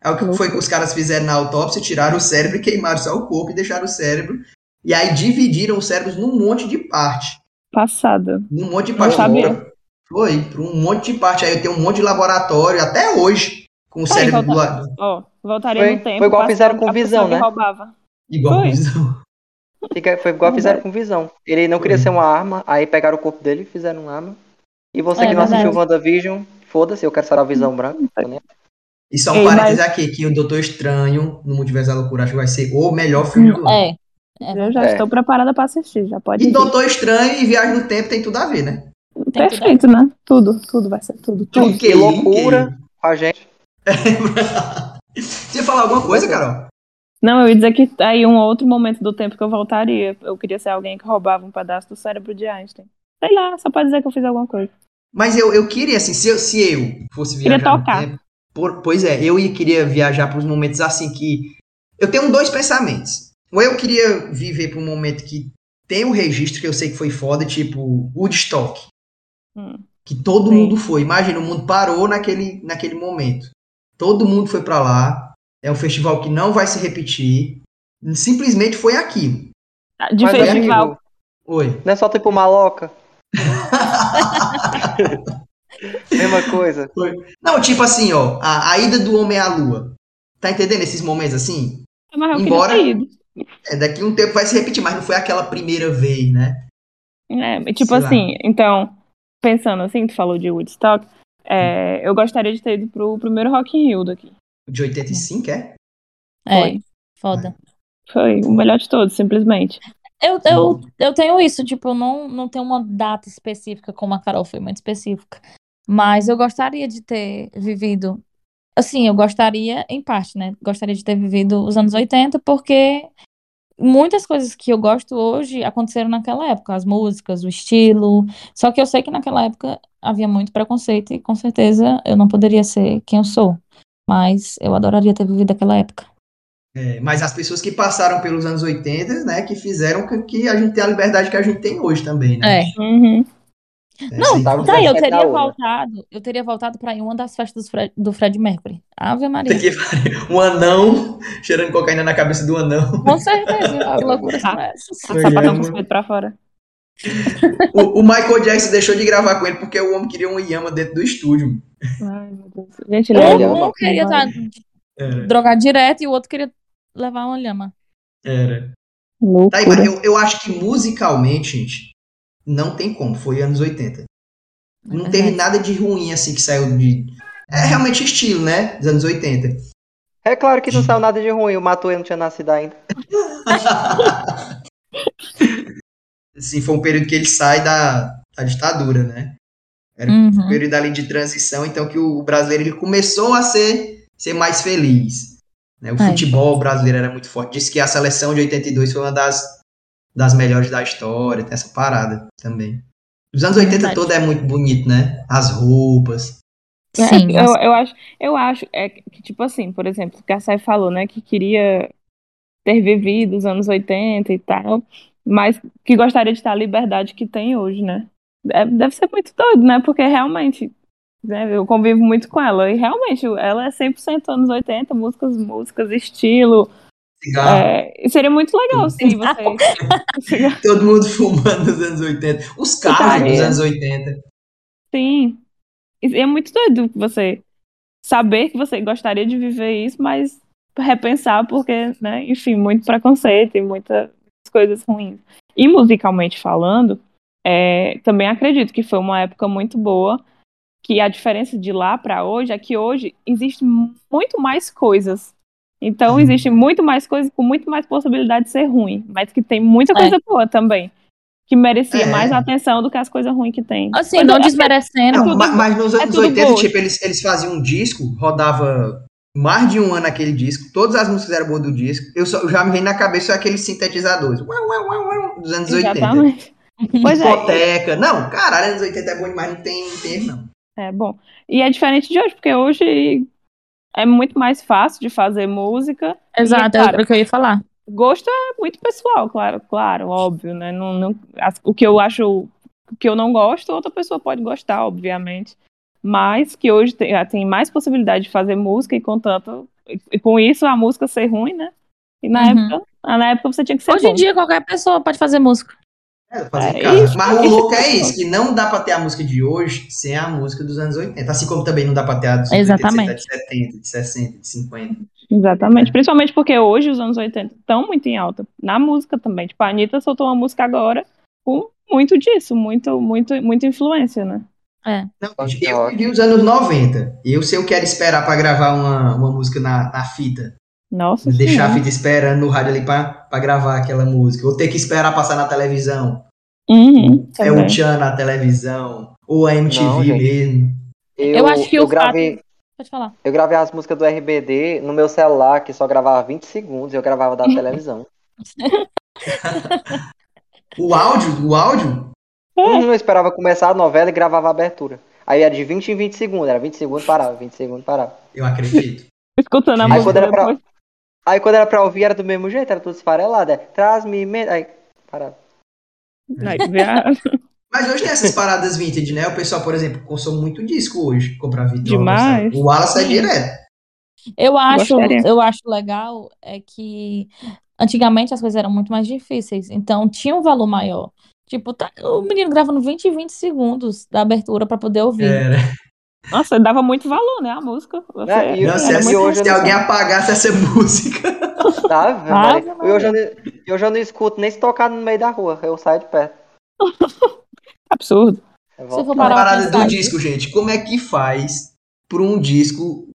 [SPEAKER 2] É o que
[SPEAKER 3] Louco.
[SPEAKER 2] foi que os caras fizeram na autópsia, tiraram o cérebro e queimaram só o corpo e deixaram o cérebro. E aí dividiram os cérebros num monte de parte.
[SPEAKER 3] Passada.
[SPEAKER 2] Um monte de parte.
[SPEAKER 3] sabia.
[SPEAKER 2] Pra- Foi, para um monte de parte. Aí eu tenho um monte de laboratório até hoje, com o
[SPEAKER 3] Tá,
[SPEAKER 2] cérebro do
[SPEAKER 3] então
[SPEAKER 2] lado.
[SPEAKER 3] Ó, voltaria
[SPEAKER 4] Foi-
[SPEAKER 3] no tempo.
[SPEAKER 4] foi igual
[SPEAKER 3] passava-
[SPEAKER 4] fizeram com
[SPEAKER 3] a
[SPEAKER 4] Visão,
[SPEAKER 3] pessoa que
[SPEAKER 4] né?
[SPEAKER 3] roubava.
[SPEAKER 2] Igual
[SPEAKER 3] Foi.
[SPEAKER 2] visão.
[SPEAKER 4] Fica- foi igual fizeram com visão. Ele não queria
[SPEAKER 2] Foi.
[SPEAKER 4] ser uma arma, aí pegaram o corpo dele e fizeram uma arma. E você
[SPEAKER 5] É,
[SPEAKER 4] que não assistiu
[SPEAKER 5] verdade.
[SPEAKER 4] WandaVision, foda-se, eu quero saber a visão branca.
[SPEAKER 2] Hum.
[SPEAKER 4] né? tô nem-
[SPEAKER 2] E só
[SPEAKER 3] Ei,
[SPEAKER 2] um
[SPEAKER 3] mas-
[SPEAKER 2] parênteses aqui, que o Doutor Estranho, no Multiverso da Loucura, acho que vai ser o melhor filme do ano.
[SPEAKER 5] É.
[SPEAKER 3] Eu já
[SPEAKER 4] É.
[SPEAKER 3] estou preparada pra assistir, já pode
[SPEAKER 2] E
[SPEAKER 3] ir.
[SPEAKER 2] Doutor Estranho e Viagem no Tempo tem tudo a ver, né?
[SPEAKER 5] Tem tudo a
[SPEAKER 3] Perfeito, né? Tudo, tudo vai ser tudo, tudo.
[SPEAKER 2] Link aí,
[SPEAKER 4] loucura.
[SPEAKER 2] link
[SPEAKER 4] Com a gente.
[SPEAKER 2] aí. Você ia falar alguma coisa, Carol?
[SPEAKER 3] Não, eu ia dizer que tá aí um outro momento do tempo que eu voltaria. Eu queria ser alguém que roubava um pedaço do cérebro de Einstein. Sei lá, só pra dizer que eu fiz alguma coisa.
[SPEAKER 2] Mas eu, eu queria, assim, se eu, se eu fosse
[SPEAKER 3] Queria
[SPEAKER 2] viajar no
[SPEAKER 3] tocar.
[SPEAKER 2] tempo- por- pois é, eu ia- queria viajar para os momentos assim que. Eu tenho dois pensamentos. Ou eu queria viver para um momento que tem um registro que eu sei que foi foda, tipo Woodstock.
[SPEAKER 3] Hum.
[SPEAKER 2] Que todo
[SPEAKER 3] Sim.
[SPEAKER 2] mundo foi. Imagina, o mundo parou naquele, naquele momento. Todo mundo foi para lá. É um festival que não vai se repetir. Simplesmente foi aquilo.
[SPEAKER 3] Ah, De
[SPEAKER 4] Mas, é
[SPEAKER 3] festival.
[SPEAKER 4] amigo,
[SPEAKER 2] Oi.
[SPEAKER 4] não é só tipo maloca. Mesma coisa.
[SPEAKER 2] Não, tipo assim, ó, a, a ida do homem à lua. Tá entendendo esses momentos assim?
[SPEAKER 3] Mas eu
[SPEAKER 2] Embora-
[SPEAKER 3] queria ter ido.
[SPEAKER 2] É, daqui um tempo vai se repetir, mas não foi aquela primeira vez, né?
[SPEAKER 3] É, mas tipo
[SPEAKER 2] Sei lá.
[SPEAKER 3] assim, então, pensando assim, tu falou de Woodstock, é, eu gostaria de ter ido pro primeiro Rock in Rio daqui.
[SPEAKER 2] De 85, é?
[SPEAKER 5] É. Foda.
[SPEAKER 3] Foi o melhor de todos, simplesmente.
[SPEAKER 5] Eu, eu, eu tenho isso, tipo, eu não, não tenho uma data específica, como a Carol foi muito específica. Mas eu gostaria de ter vivido. Assim, eu gostaria, em parte, né? Gostaria de ter vivido os anos 80, porque muitas coisas que eu gosto hoje aconteceram naquela época, as músicas, o estilo. Só que eu sei que naquela época havia muito preconceito e com certeza eu não poderia ser quem eu sou. Mas eu adoraria ter vivido aquela época.
[SPEAKER 2] É, Mas as pessoas que passaram pelos anos 80, né, que fizeram com que a gente tenha a liberdade que a gente tem hoje também, né? É,
[SPEAKER 5] É.
[SPEAKER 3] Uhum.
[SPEAKER 4] Não, tá-
[SPEAKER 5] Tá, eu
[SPEAKER 4] Vai
[SPEAKER 5] teria
[SPEAKER 4] dar outra.
[SPEAKER 5] voltado, eu teria voltado pra ir em uma das festas do Fred, do Fred Mercury. Ave Maria.
[SPEAKER 2] Um anão cheirando cocaína na cabeça do anão.
[SPEAKER 5] Com certeza, que loucura são
[SPEAKER 3] Ah.
[SPEAKER 5] essas?
[SPEAKER 2] Foi,
[SPEAKER 3] Sapatão
[SPEAKER 2] é,
[SPEAKER 3] com os
[SPEAKER 2] mano.
[SPEAKER 3] peitos pra fora.
[SPEAKER 2] O, o Michael Jackson deixou de gravar com ele porque o homem queria um Yama dentro do estúdio.
[SPEAKER 3] Ai, meu Deus. Gente, Tá
[SPEAKER 4] Olha,
[SPEAKER 3] lembra-
[SPEAKER 4] eu
[SPEAKER 5] Um, um queria
[SPEAKER 3] né?
[SPEAKER 5] estar
[SPEAKER 2] Era,
[SPEAKER 5] drogado direto e o outro queria levar uma lhama.
[SPEAKER 2] era. Tá aí,
[SPEAKER 3] Loucura.
[SPEAKER 2] mas eu, eu acho que musicalmente, gente, não tem como. Foi anos 80. Não É teve nada de ruim assim que saiu de. É realmente estilo, né? Dos anos 80.
[SPEAKER 4] É claro que não saiu nada de ruim, o Matuê não tinha nascido ainda.
[SPEAKER 2] Assim, foi um período que ele sai da, da ditadura, né? Era um
[SPEAKER 5] Uhum.
[SPEAKER 2] período ali de transição, então que o brasileiro ele começou a ser, ser mais feliz. né? O
[SPEAKER 5] É.
[SPEAKER 2] futebol brasileiro era muito forte. Diz que a seleção de 82 foi uma das, das melhores da história, tem essa parada também. Os anos 80
[SPEAKER 5] Verdade.
[SPEAKER 2] todo é muito bonito, né? As roupas.
[SPEAKER 3] É,
[SPEAKER 5] Sim,
[SPEAKER 3] eu, eu acho, eu acho é, que, tipo assim, por exemplo, o Kassai falou, né, que queria ter vivido os anos 80 e tal, mas que gostaria de ter a liberdade que tem hoje, né? É, deve ser muito doido, né? Porque realmente, né, eu convivo muito com ela, e realmente ela é 100% anos 80, músicas, músicas, estilo.
[SPEAKER 2] Cigarro,
[SPEAKER 3] é, e seria muito legal se você.
[SPEAKER 5] É.
[SPEAKER 2] todo mundo fumando nos anos 80. Os carros
[SPEAKER 4] Putaria.
[SPEAKER 2] dos anos 80.
[SPEAKER 3] Sim. E É muito doido você saber que você gostaria de viver isso, mas repensar porque, né, enfim, muito preconceito e muita- muitas coisas ruins. E musicalmente falando, é, também acredito que foi uma época muito boa, que a diferença de lá para hoje é que hoje existe muito mais coisas. Então
[SPEAKER 2] Uhum.
[SPEAKER 3] existe muito mais coisa com muito mais possibilidade de ser ruim, mas que tem muita coisa boa também, que merecia
[SPEAKER 2] É.
[SPEAKER 3] mais atenção do que as coisas ruins que tem.
[SPEAKER 5] Assim,
[SPEAKER 3] Coisa-
[SPEAKER 5] não
[SPEAKER 3] assim,
[SPEAKER 5] desmerecendo.
[SPEAKER 2] Não,
[SPEAKER 3] tudo- é
[SPEAKER 2] ma- mas, nos anos
[SPEAKER 3] tudo
[SPEAKER 2] 80,
[SPEAKER 3] gosto.
[SPEAKER 2] tipo, eles, eles faziam um disco, rodava mais de um ano aquele disco, todas as músicas eram boas do disco. Eu só, já me vem na cabeça aqueles sintetizadores uau, uau, uau, uau, dos anos 80.
[SPEAKER 3] Exatamente. Pois é,
[SPEAKER 2] Discoteca. Não, caralho, anos 80 é bom demais, não tem, não tem erro, não.
[SPEAKER 3] é bom. E é diferente de hoje, porque hoje é muito mais fácil de fazer música.
[SPEAKER 5] Exato,
[SPEAKER 3] E, cara,
[SPEAKER 5] é o que eu ia falar.
[SPEAKER 3] gosto é muito pessoal, claro, claro, óbvio, né? Não, não, as- o que eu acho, o que eu não gosto, outra pessoa pode gostar, obviamente. Mas que hoje tem, ah, tem mais possibilidade de fazer música e com tanto, e, e com isso a música ser ruim, né? E na
[SPEAKER 5] Uhum.
[SPEAKER 3] época, ah, na época você tinha que ser
[SPEAKER 5] Hoje
[SPEAKER 3] bom.
[SPEAKER 5] em dia, qualquer pessoa pode fazer música.
[SPEAKER 2] É, fazer
[SPEAKER 3] É,
[SPEAKER 2] cara.
[SPEAKER 3] isso-
[SPEAKER 2] mas o
[SPEAKER 3] isso
[SPEAKER 2] louco é
[SPEAKER 3] é
[SPEAKER 2] isso, que não dá pra ter a música de hoje sem a música dos anos 80. Assim como também não dá pra ter a dos anos 80,
[SPEAKER 5] Exatamente.
[SPEAKER 2] de 70, de 60, de 50.
[SPEAKER 3] Exatamente. Principalmente porque hoje os anos 80 estão muito em alta. Na música também. Tipo, a Anitta soltou uma música agora com muito disso, muito, muito, muita influência, né?
[SPEAKER 2] Não,
[SPEAKER 4] Punk
[SPEAKER 2] gente, eu
[SPEAKER 4] rock.
[SPEAKER 2] vivi os anos 90. Eu, se eu quero esperar pra gravar uma, uma música na, na fita,
[SPEAKER 3] Nossa
[SPEAKER 2] deixar a
[SPEAKER 3] Senhora.
[SPEAKER 2] fita esperando no rádio ali pra, pra gravar aquela música, ou ter que esperar passar na televisão,
[SPEAKER 3] Uhum,
[SPEAKER 2] é o
[SPEAKER 3] também.
[SPEAKER 2] Tchan na televisão, ou a MTV
[SPEAKER 4] Não, gente.
[SPEAKER 2] mesmo.
[SPEAKER 5] Eu acho que
[SPEAKER 4] eu
[SPEAKER 5] o fato-
[SPEAKER 4] gravei,
[SPEAKER 5] Pode falar.
[SPEAKER 4] eu gravei as músicas do RBD no meu celular, que só gravava 20 segundos, eu gravava da televisão.
[SPEAKER 2] O áudio, o áudio,
[SPEAKER 3] É.
[SPEAKER 4] Uhum, eu esperava começar a novela e gravava a abertura. Aí era de 20 em 20 segundos, era 20 segundos, parava, 20 segundos, parava.
[SPEAKER 2] eu acredito.
[SPEAKER 3] Escutando a
[SPEAKER 2] Aí
[SPEAKER 3] música
[SPEAKER 4] quando era pra-
[SPEAKER 3] depois.
[SPEAKER 4] Aí quando era pra ouvir, era do mesmo jeito, era tudo esfarelado, é, traz-me... me-" Aí, parava.
[SPEAKER 3] Aí, vê a-
[SPEAKER 2] Mas hoje tem essas paradas vintage, né? O pessoal, por exemplo, consome muito disco hoje, comprar vitrola.
[SPEAKER 3] Demais.
[SPEAKER 2] sabe? O Wallace é
[SPEAKER 5] Sim.
[SPEAKER 2] direto.
[SPEAKER 5] Eu acho,
[SPEAKER 3] Gostaria.
[SPEAKER 5] eu acho legal é que antigamente as coisas eram muito mais difíceis, então tinha um valor maior. Tipo, tá- o menino gravando 20 e 20 segundos da abertura pra poder ouvir.
[SPEAKER 2] Era.
[SPEAKER 3] Nossa, dava muito valor, né? A música. Você...
[SPEAKER 4] Não, e-
[SPEAKER 2] Não, se,
[SPEAKER 4] Era
[SPEAKER 3] é
[SPEAKER 2] se-
[SPEAKER 4] muito
[SPEAKER 2] se
[SPEAKER 4] bom.
[SPEAKER 2] né? alguém apagasse essa música.
[SPEAKER 4] Tá,
[SPEAKER 5] Ave
[SPEAKER 4] velho. Eu já, não- eu já não escuto nem se tocar no meio da rua, eu saio de perto.
[SPEAKER 3] Absurdo.
[SPEAKER 4] Eu
[SPEAKER 5] Se eu
[SPEAKER 4] volto.
[SPEAKER 5] for
[SPEAKER 2] A
[SPEAKER 5] parar pra
[SPEAKER 2] parada
[SPEAKER 5] pensar
[SPEAKER 2] do
[SPEAKER 5] nisso,
[SPEAKER 2] disco, gente. Como é que faz pra um disco,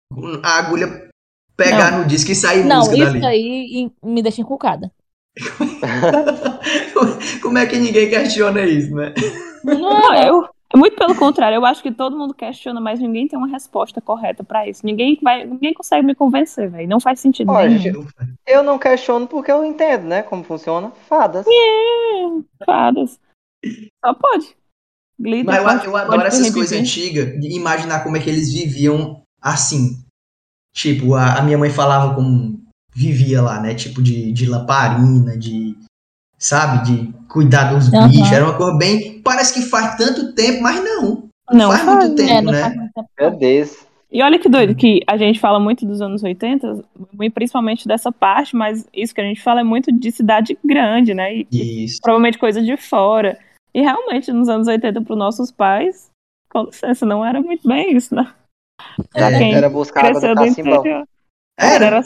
[SPEAKER 2] a agulha pegar no disco e sair
[SPEAKER 5] Não,
[SPEAKER 2] música
[SPEAKER 5] isso
[SPEAKER 2] dali?
[SPEAKER 5] aí e- me deixa encucada.
[SPEAKER 2] Como é que ninguém questiona isso, né?
[SPEAKER 3] Não,
[SPEAKER 5] é,
[SPEAKER 3] eu. é Muito pelo contrário, eu acho que todo mundo questiona, mas ninguém tem uma resposta correta pra isso. Ninguém vai, ninguém consegue me convencer, velho. Não faz sentido
[SPEAKER 4] Olha,
[SPEAKER 3] nenhum.
[SPEAKER 4] gente, eu não questiono porque eu entendo, né? Como funciona. Fadas.
[SPEAKER 3] Fadas. Só pode. Glitter,
[SPEAKER 2] Mas eu,
[SPEAKER 3] Então, pode-
[SPEAKER 2] eu adoro
[SPEAKER 3] pode
[SPEAKER 2] essas
[SPEAKER 3] repetir.
[SPEAKER 2] coisas antigas de imaginar como é que eles viviam assim. Tipo, a, a minha mãe falava como vivia lá, né? Tipo, de, de lamparina, de. Sabe? De cuidar dos
[SPEAKER 5] Aham.
[SPEAKER 2] bichos. Era uma coisa bem. Parece que faz tanto tempo, mas não.
[SPEAKER 3] Não
[SPEAKER 2] faz,
[SPEAKER 3] faz,
[SPEAKER 2] muito tempo,
[SPEAKER 5] É, não
[SPEAKER 2] né?
[SPEAKER 5] faz muito tempo.
[SPEAKER 4] Meu Deus.
[SPEAKER 3] E olha que doido, que a gente fala muito dos anos 80, e principalmente dessa parte, mas isso que a gente fala é muito de cidade grande, né? E, e
[SPEAKER 2] Isso.
[SPEAKER 3] provavelmente coisa de fora. E realmente, nos anos 80, para os nossos pais, com licença, não era muito bem isso, né?
[SPEAKER 2] Pra
[SPEAKER 4] Era,
[SPEAKER 3] quem
[SPEAKER 4] era buscar água do
[SPEAKER 3] Cresceu do
[SPEAKER 4] cacimbão.
[SPEAKER 3] interior. Era,
[SPEAKER 2] Era.
[SPEAKER 3] era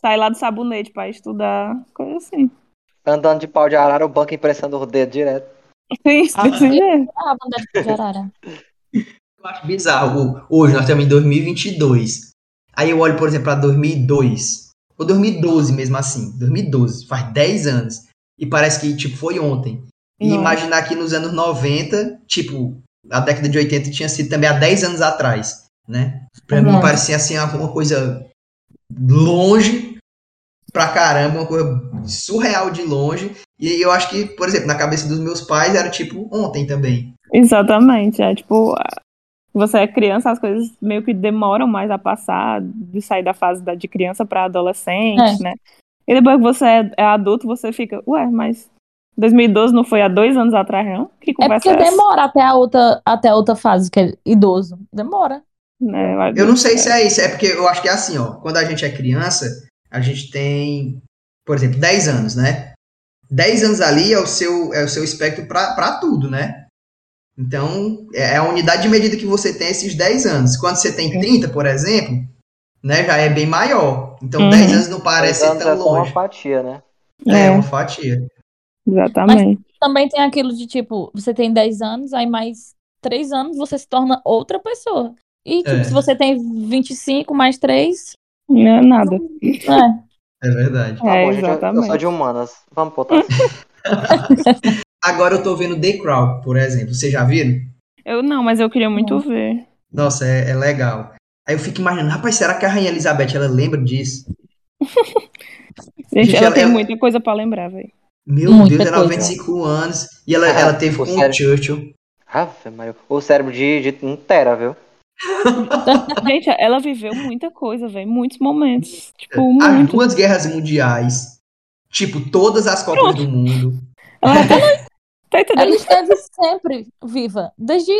[SPEAKER 3] sair lá do sabonete para estudar, coisa assim.
[SPEAKER 4] Andando de pau de arara, o banco impressando o dedo direto.
[SPEAKER 3] Sim, desse jeito.
[SPEAKER 5] Ah, banda de arara.
[SPEAKER 2] Eu acho bizarro. Hoje, nós estamos em 2022. Aí eu olho, por exemplo, para 2002, ou 2012 mesmo assim, 2012, faz 10 anos, e parece que tipo foi ontem. E
[SPEAKER 3] Nossa.
[SPEAKER 2] imaginar que nos anos 90, tipo, a década de 80 tinha sido também há 10 anos atrás, né? Pra mim
[SPEAKER 5] Nossa.
[SPEAKER 2] parecia assim alguma coisa longe pra caramba, uma coisa surreal de longe. E eu acho que, por exemplo, na cabeça dos meus pais era tipo ontem também.
[SPEAKER 3] Exatamente. É tipo, a- você é criança, as coisas meio que demoram mais a passar, de sair da fase da- de criança pra
[SPEAKER 5] É.
[SPEAKER 3] adolescente, né? E depois que você é, é adulto, você fica, ué, mas 2012 não foi há dois anos atrás, não? Que
[SPEAKER 5] É
[SPEAKER 3] conversa
[SPEAKER 5] porque
[SPEAKER 3] é essa?
[SPEAKER 5] demora até a, outra, até a outra fase, que é idoso. Demora.
[SPEAKER 3] Né, vai-
[SPEAKER 2] Eu não sei se é isso, é porque eu acho que é assim, ó. Quando a gente é criança, a gente tem, por exemplo, 10 anos, né? 10 anos ali é o seu, é o seu espectro pra pra tudo, né? Então, é é a unidade de medida que você tem esses 10 anos. Quando você tem 30, por exemplo, né, já é bem maior. Então,
[SPEAKER 3] Uhum.
[SPEAKER 2] 10 anos não parece
[SPEAKER 4] Dez anos
[SPEAKER 2] tão
[SPEAKER 4] é só uma
[SPEAKER 2] longe.
[SPEAKER 4] fatia, né?
[SPEAKER 2] É,
[SPEAKER 3] É,
[SPEAKER 2] uma fatia.
[SPEAKER 3] exatamente.
[SPEAKER 5] Também tem aquilo de tipo, você tem 10 anos, aí mais 3 anos você se torna outra pessoa. E tipo,
[SPEAKER 2] É.
[SPEAKER 5] se você tem 25 mais 3,
[SPEAKER 3] Não é nada.
[SPEAKER 5] é.
[SPEAKER 2] É verdade.
[SPEAKER 4] Tá
[SPEAKER 3] É,
[SPEAKER 4] bom, gente, eu- eu
[SPEAKER 3] exatamente.
[SPEAKER 4] sou de humanas. Vamos botar assim.
[SPEAKER 2] Agora eu tô vendo The Crown, por exemplo. Vocês já viram?
[SPEAKER 3] Eu não, mas eu queria muito
[SPEAKER 5] Não.
[SPEAKER 3] ver.
[SPEAKER 2] Nossa, é, é legal. Aí eu fico imaginando, rapaz, será que a Rainha Elizabeth, ela lembra disso?
[SPEAKER 3] Gente,
[SPEAKER 2] Gente,
[SPEAKER 3] ela
[SPEAKER 2] ela- é-
[SPEAKER 3] tem
[SPEAKER 2] ela-
[SPEAKER 3] muita coisa pra lembrar, velho.
[SPEAKER 2] Meu
[SPEAKER 5] Muita
[SPEAKER 2] Deus, ela
[SPEAKER 5] coisa.
[SPEAKER 2] 25 anos. E ela,
[SPEAKER 4] Ah,
[SPEAKER 2] ela teve com
[SPEAKER 4] pô,
[SPEAKER 2] o
[SPEAKER 4] sério.
[SPEAKER 2] Churchill.
[SPEAKER 4] Ave Maria. O cérebro de, de 1 tera, viu?
[SPEAKER 3] Gente, ela viveu muita coisa, velho. Muitos momentos. Tipo,
[SPEAKER 2] As
[SPEAKER 3] muito.
[SPEAKER 2] duas guerras mundiais. Tipo, todas as Copas do Mundo.
[SPEAKER 3] Ela tá, tá entendendo?
[SPEAKER 5] Ela esteve sempre viva. Desde.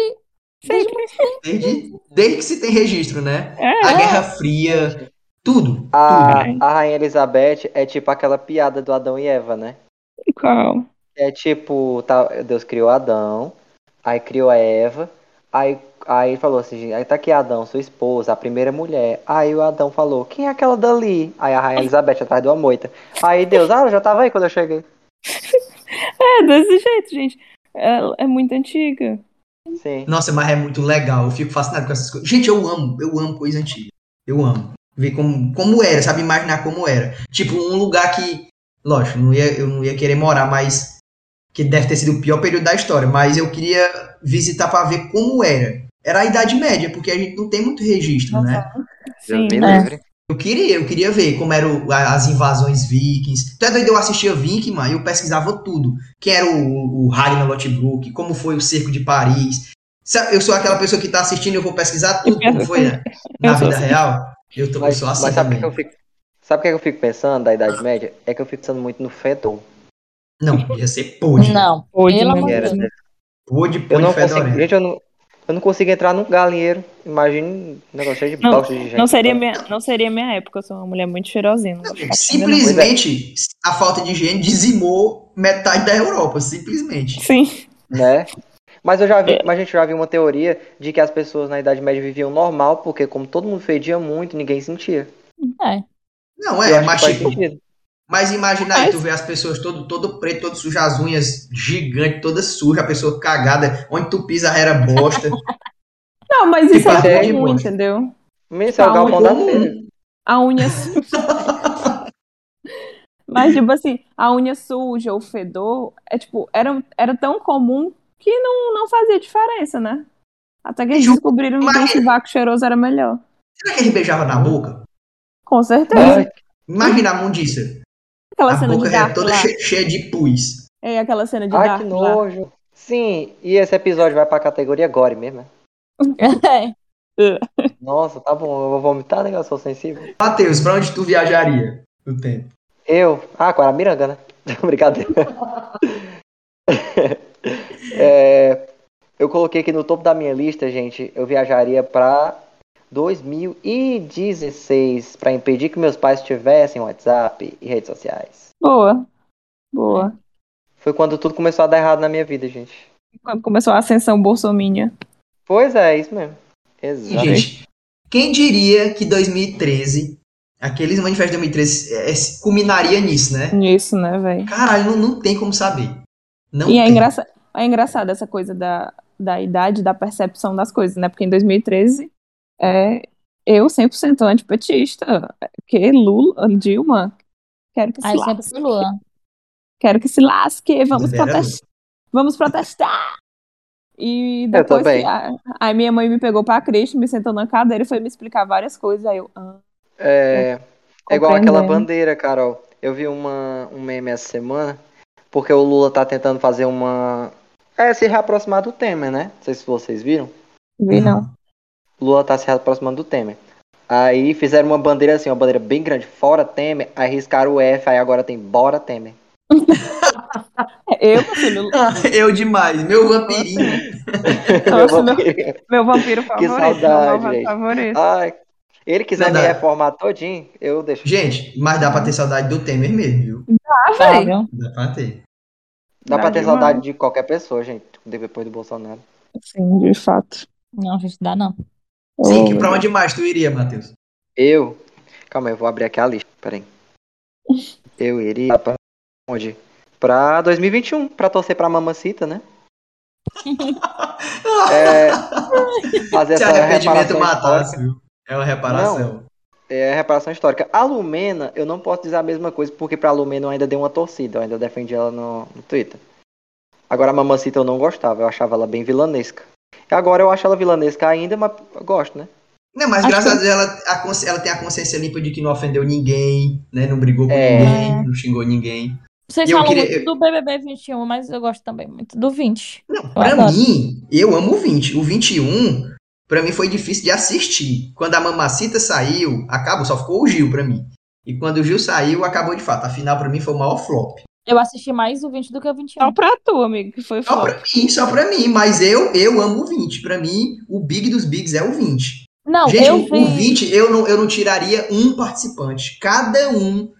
[SPEAKER 5] desde
[SPEAKER 3] Sempre.
[SPEAKER 2] Desde, desde que se tem registro, né?
[SPEAKER 3] É,
[SPEAKER 2] A Guerra Fria. Tudo.
[SPEAKER 4] A,
[SPEAKER 3] Tudo bem.
[SPEAKER 4] a Rainha Elizabeth é tipo aquela piada do Adão e Eva, né?
[SPEAKER 3] qual?
[SPEAKER 4] É tipo, tá, Deus criou Adão, aí criou a Eva, aí, aí falou assim, aí tá aqui Adão, sua esposa, a primeira mulher. Aí o Adão falou, quem é aquela dali? Aí a Rainha Elizabeth atrás de uma moita. Aí Deus, ah, eu já tava aí quando eu cheguei.
[SPEAKER 3] É desse jeito, gente. Ela é muito antiga.
[SPEAKER 4] Sim.
[SPEAKER 2] Nossa, mas é muito legal. Eu fico fascinado com essas coisas. Gente, eu amo. Eu amo coisa antiga. Eu amo. Ver como, como era, sabe? Imaginar como era. Tipo, um lugar que. Lógico, não ia, eu não ia querer morar, mas. Que deve ter sido o pior período da história. Mas eu queria visitar pra ver como era. Era a Idade Média, porque a gente não tem muito registro, né?
[SPEAKER 3] Sim.
[SPEAKER 5] me né?
[SPEAKER 2] Eu queria, eu queria ver como eram as invasões vikings. Tu é doido, eu assistia Viking, mano, e eu pesquisava tudo. Quem era o, o Ragnar Lothbrok, como foi o Cerco de Paris. Sa- Eu sou aquela pessoa que tá assistindo e eu vou pesquisar tudo como foi né? na
[SPEAKER 3] Eu sou
[SPEAKER 2] vida
[SPEAKER 3] assim.
[SPEAKER 2] real. Eu, tô, eu
[SPEAKER 4] Mas,
[SPEAKER 2] sou
[SPEAKER 4] mas
[SPEAKER 2] assim
[SPEAKER 4] sabe o
[SPEAKER 2] também.
[SPEAKER 4] que que eu fico. Sabe o que que eu fico pensando da Idade Média? É que eu fico pensando muito no fedor.
[SPEAKER 2] Não, ia ser pôde.
[SPEAKER 5] Não.
[SPEAKER 3] Pode,
[SPEAKER 5] Pelo
[SPEAKER 3] né?
[SPEAKER 5] amor de
[SPEAKER 4] Era,
[SPEAKER 5] Deus.
[SPEAKER 4] né?
[SPEAKER 2] Pôde,
[SPEAKER 4] Eu
[SPEAKER 2] pôde
[SPEAKER 4] não consigo.
[SPEAKER 2] fedorento.
[SPEAKER 4] Gente, eu não, eu não consigo entrar num galinheiro. Imagine um negócio cheio de
[SPEAKER 3] Não,
[SPEAKER 4] balsa de gente.
[SPEAKER 3] Não seria, minha, não seria minha época, eu sou uma mulher muito cheirosinha. não gosto de ficar perdendo muito.
[SPEAKER 2] Simplesmente, a falta de higiene dizimou metade da Europa, simplesmente.
[SPEAKER 3] Sim,
[SPEAKER 4] né? Mas eu já
[SPEAKER 3] É.
[SPEAKER 4] vi, mas a gente já viu uma teoria de que as pessoas na Idade Média viviam normal, porque como todo mundo fedia muito, ninguém sentia.
[SPEAKER 5] É.
[SPEAKER 2] Não,
[SPEAKER 4] Eu
[SPEAKER 2] é,
[SPEAKER 4] acho que
[SPEAKER 2] mas
[SPEAKER 4] faz
[SPEAKER 2] tipo,
[SPEAKER 4] sentido.
[SPEAKER 2] Mas imagina aí,
[SPEAKER 3] Mas-
[SPEAKER 2] tu vê as pessoas todo, todo preto, todo sujo, as unhas gigantes, toda suja, a pessoa cagada, onde tu pisa era bosta.
[SPEAKER 3] não, mas isso
[SPEAKER 2] Fica
[SPEAKER 3] é
[SPEAKER 4] bem,
[SPEAKER 3] comum,
[SPEAKER 2] mano.
[SPEAKER 3] entendeu?
[SPEAKER 4] Mas Isso é o
[SPEAKER 3] Tá um
[SPEAKER 4] galpão da
[SPEAKER 2] comum.
[SPEAKER 4] feira.
[SPEAKER 3] A unha suja. Mas, tipo assim, a unha suja ou fedor, é tipo, era, era tão comum que não, não fazia diferença, né? Até que eles
[SPEAKER 2] Ju-
[SPEAKER 3] descobriram que um
[SPEAKER 2] Imagina.
[SPEAKER 3] sovaco cheiroso era melhor.
[SPEAKER 2] Será que ele beijava na boca?
[SPEAKER 3] Com certeza.
[SPEAKER 4] Ai,
[SPEAKER 2] Imagina a mundiça.
[SPEAKER 3] Aquela
[SPEAKER 2] a
[SPEAKER 3] cena
[SPEAKER 2] boca é
[SPEAKER 3] de Dark
[SPEAKER 2] toda
[SPEAKER 3] lá.
[SPEAKER 2] che- cheia de pus.
[SPEAKER 3] É aquela cena de
[SPEAKER 4] ai,
[SPEAKER 3] Dark
[SPEAKER 4] que
[SPEAKER 3] lá.
[SPEAKER 4] nojo. Sim, e esse episódio vai pra categoria gore mesmo, né?
[SPEAKER 5] É.
[SPEAKER 4] Nossa, tá bom, eu vou vomitar, né? Eu sou sensível.
[SPEAKER 2] Matheus, pra onde tu viajaria no tempo?
[SPEAKER 4] Eu. Ah, com a Miranga, né? Brincadeira. É, eu coloquei aqui no topo da minha lista, gente. Eu viajaria pra 2016 pra impedir que meus pais tivessem WhatsApp e redes sociais.
[SPEAKER 3] Boa. Boa.
[SPEAKER 4] Foi quando tudo começou a dar errado na minha vida, gente.
[SPEAKER 3] Quando começou a ascensão bolsominha.
[SPEAKER 4] Pois é, isso mesmo.
[SPEAKER 2] E,
[SPEAKER 4] Exato.
[SPEAKER 2] gente, quem diria que 2013, aqueles manifestos de 2013, é, é, culminaria nisso, né?
[SPEAKER 3] Isso, né, velho?
[SPEAKER 2] Caralho, não, não tem como saber. Não
[SPEAKER 3] E é,
[SPEAKER 2] tem.
[SPEAKER 3] engraça... é engraçado essa coisa da, da idade, da percepção das coisas, né? Porque em 2013, é... Eu 100% antipetista. Que Lula, Dilma, quero que se
[SPEAKER 5] Aí sempre
[SPEAKER 3] lasque.
[SPEAKER 5] pro Lula.
[SPEAKER 3] Quero que se lasque. Vamos
[SPEAKER 2] Moderando.
[SPEAKER 3] protestar. Vamos protestar. E
[SPEAKER 4] Eu
[SPEAKER 3] depois
[SPEAKER 4] também.
[SPEAKER 3] que a, aí minha mãe me pegou pra creche, me sentou na cadeira e foi me explicar várias coisas. Aí eu, ah,
[SPEAKER 4] É, é igual aquela
[SPEAKER 3] compreendendo.
[SPEAKER 4] bandeira, Carol. Eu vi uma, um meme essa semana, porque o Lula tá tentando fazer uma. É, se reaproximar do Temer, né? Não sei se vocês viram.
[SPEAKER 3] vi não.
[SPEAKER 4] Lula tá se aproximando do Temer. Aí fizeram uma bandeira assim, uma bandeira bem grande, fora Temer, aí riscaram o F, aí agora tem bora Temer.
[SPEAKER 3] Eu, meu filho,
[SPEAKER 2] Eu demais, meu vampirinho.
[SPEAKER 3] Nossa, meu-
[SPEAKER 4] querer.
[SPEAKER 3] meu vampiro favorito,
[SPEAKER 4] saudade,
[SPEAKER 3] meu malvado
[SPEAKER 4] gente. Ah,
[SPEAKER 3] favorito.
[SPEAKER 4] Ai, ele quiser me
[SPEAKER 2] Verdade.
[SPEAKER 4] reformar todinho, eu deixo.
[SPEAKER 2] Gente, mas dá pra ter saudade do Temer mesmo, viu?
[SPEAKER 3] Ah, velho.
[SPEAKER 5] Sabe?
[SPEAKER 2] Dá pra ter.
[SPEAKER 4] Dá pra ter
[SPEAKER 3] demais.
[SPEAKER 4] saudade de qualquer pessoa, gente, depois do Bolsonaro.
[SPEAKER 3] Sim, de fato.
[SPEAKER 5] Não, gente, dá não.
[SPEAKER 2] Sim,
[SPEAKER 3] Oh,
[SPEAKER 2] que pra onde mais tu iria, Matheus?
[SPEAKER 4] Eu. Calma aí, eu vou abrir aqui a lista. Peraí. Eu iria pra onde? Pra 2021, pra torcer pra Mamacita, né? É, fazer
[SPEAKER 2] Se
[SPEAKER 4] essa
[SPEAKER 2] arrependimento
[SPEAKER 4] reparação
[SPEAKER 2] matasse,
[SPEAKER 4] histórica.
[SPEAKER 2] viu? É uma reparação.
[SPEAKER 4] É, reparação histórica. A Lumena, eu não posso dizer a mesma coisa, porque pra Lumena eu ainda dei uma torcida, eu ainda defendi ela no, no Twitter. Agora a Mamacita eu não gostava, eu achava ela bem vilanesca. E agora eu acho ela vilanesca ainda, mas eu gosto, né?
[SPEAKER 2] Não, mas
[SPEAKER 5] Acho
[SPEAKER 2] graças
[SPEAKER 5] que-
[SPEAKER 2] a Deus ela, a consci- ela tem a consciência limpa de que não ofendeu ninguém, né? Não brigou com
[SPEAKER 4] É.
[SPEAKER 2] ninguém, não xingou ninguém.
[SPEAKER 5] Vocês
[SPEAKER 2] E eu
[SPEAKER 5] falam
[SPEAKER 2] queria-
[SPEAKER 5] muito do BBB 21, mas eu gosto também muito do 20.
[SPEAKER 2] Não,
[SPEAKER 5] Eu
[SPEAKER 2] pra
[SPEAKER 5] adoro.
[SPEAKER 2] mim, eu amo o 20. O 21, pra mim, foi difícil de assistir. Quando a Mamacita saiu, acabou, só ficou o Gil pra mim. E quando o Gil saiu, acabou de fato. A final, pra mim, foi o maior flop.
[SPEAKER 5] Eu assisti mais o 20 do que o 21.
[SPEAKER 3] Só pra tu, amigo, que foi
[SPEAKER 2] Só
[SPEAKER 3] foda.
[SPEAKER 2] pra mim, só pra mim. Mas eu, eu amo o 20. Pra mim, o big dos bigs é o 20.
[SPEAKER 5] Não,
[SPEAKER 2] Gente,
[SPEAKER 5] eu
[SPEAKER 2] o-
[SPEAKER 5] vi.
[SPEAKER 2] o 20, eu não, eu não tiraria um participante. Cada um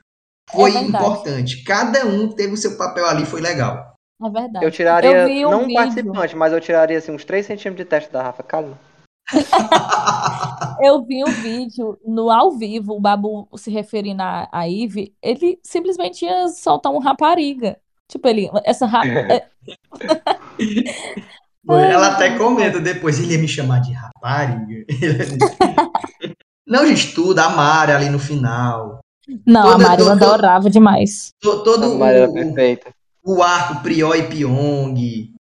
[SPEAKER 2] foi
[SPEAKER 5] é verdade.
[SPEAKER 2] importante. Cada um teve o seu papel ali, foi legal.
[SPEAKER 5] É verdade.
[SPEAKER 4] Eu tiraria,
[SPEAKER 5] Eu vi um
[SPEAKER 4] não um
[SPEAKER 5] vídeo.
[SPEAKER 4] participante, mas eu tiraria assim, uns 3 centímetros de teste da Rafa Kalima.
[SPEAKER 5] Eu vi um vídeo no ao vivo, o Babu se referindo a, a Ivy, ele simplesmente ia soltar um rapariga. Tipo, ele, essa ra- é, Ai,
[SPEAKER 2] Ela até comenta depois, ele ia me chamar de rapariga. não, gente, tudo, a Mari ali no final.
[SPEAKER 5] Não, a
[SPEAKER 2] Toda-
[SPEAKER 5] Mari eu
[SPEAKER 2] toda-
[SPEAKER 5] adorava demais.
[SPEAKER 2] To-
[SPEAKER 4] A
[SPEAKER 2] Todo o,
[SPEAKER 4] Maria era
[SPEAKER 2] o,
[SPEAKER 4] perfeita.
[SPEAKER 2] o arco Prió e Piong.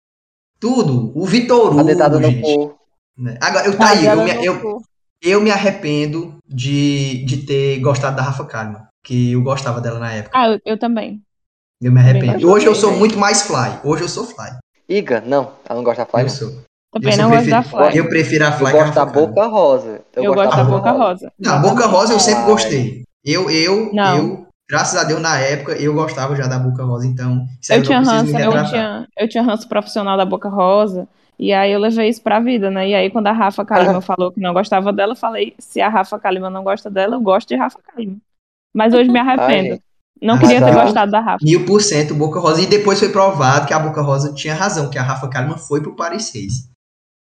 [SPEAKER 2] Tudo. O Vitor
[SPEAKER 4] A Tá deitada
[SPEAKER 2] Hugo,
[SPEAKER 4] no
[SPEAKER 2] gente.
[SPEAKER 4] cu.
[SPEAKER 2] né? Agora, eu, tá
[SPEAKER 5] Ai,
[SPEAKER 2] aí, eu,
[SPEAKER 5] ela
[SPEAKER 2] me,
[SPEAKER 5] não-
[SPEAKER 2] eu, eu me arrependo de, de ter gostado da Rafa Kalima, que eu gostava dela na época.
[SPEAKER 3] Ah, eu, eu também.
[SPEAKER 2] Eu me
[SPEAKER 3] Mas
[SPEAKER 2] arrependo.
[SPEAKER 3] eu
[SPEAKER 2] Hoje eu
[SPEAKER 3] também,
[SPEAKER 2] sou
[SPEAKER 3] né?
[SPEAKER 2] muito mais fly. Hoje eu sou fly.
[SPEAKER 4] Iga, não, ela não gosta da Fly,
[SPEAKER 2] Eu
[SPEAKER 4] não.
[SPEAKER 2] sou.
[SPEAKER 3] Também
[SPEAKER 2] só
[SPEAKER 3] não gosto da
[SPEAKER 2] prefiro-
[SPEAKER 3] Fly.
[SPEAKER 4] Fly.
[SPEAKER 2] Eu prefiro a Fly
[SPEAKER 4] Eu
[SPEAKER 2] que a
[SPEAKER 4] gosto da
[SPEAKER 2] Rafa Kalima.
[SPEAKER 4] boca rosa.
[SPEAKER 3] Eu, gosto da Boca Rosa.
[SPEAKER 2] Não, Boca Rosa eu sempre
[SPEAKER 4] Ai.
[SPEAKER 2] gostei. Eu, eu,
[SPEAKER 3] Não.
[SPEAKER 2] eu, graças a Deus, na época, eu gostava já da Boca Rosa, então. Isso aí
[SPEAKER 3] Eu tinha
[SPEAKER 2] não preciso
[SPEAKER 3] ranço,
[SPEAKER 2] me
[SPEAKER 3] eu
[SPEAKER 2] retratar.
[SPEAKER 3] tinha, eu tinha ranço profissional da Boca Rosa. E aí eu levei isso pra vida, né? E aí quando a Rafa
[SPEAKER 2] Ah.
[SPEAKER 3] Kalima falou que não gostava dela, eu falei, se a Rafa Kalima não gosta dela, eu gosto de Rafa Kalima. Mas hoje me arrependo.
[SPEAKER 4] gente.
[SPEAKER 3] Não
[SPEAKER 2] Mas
[SPEAKER 3] queria ter
[SPEAKER 4] a-
[SPEAKER 3] gostado da Rafa.
[SPEAKER 2] Mil por cento Boca Rosa. E depois foi provado que a Boca Rosa tinha razão, que a Rafa Kalima foi pro Paris 6.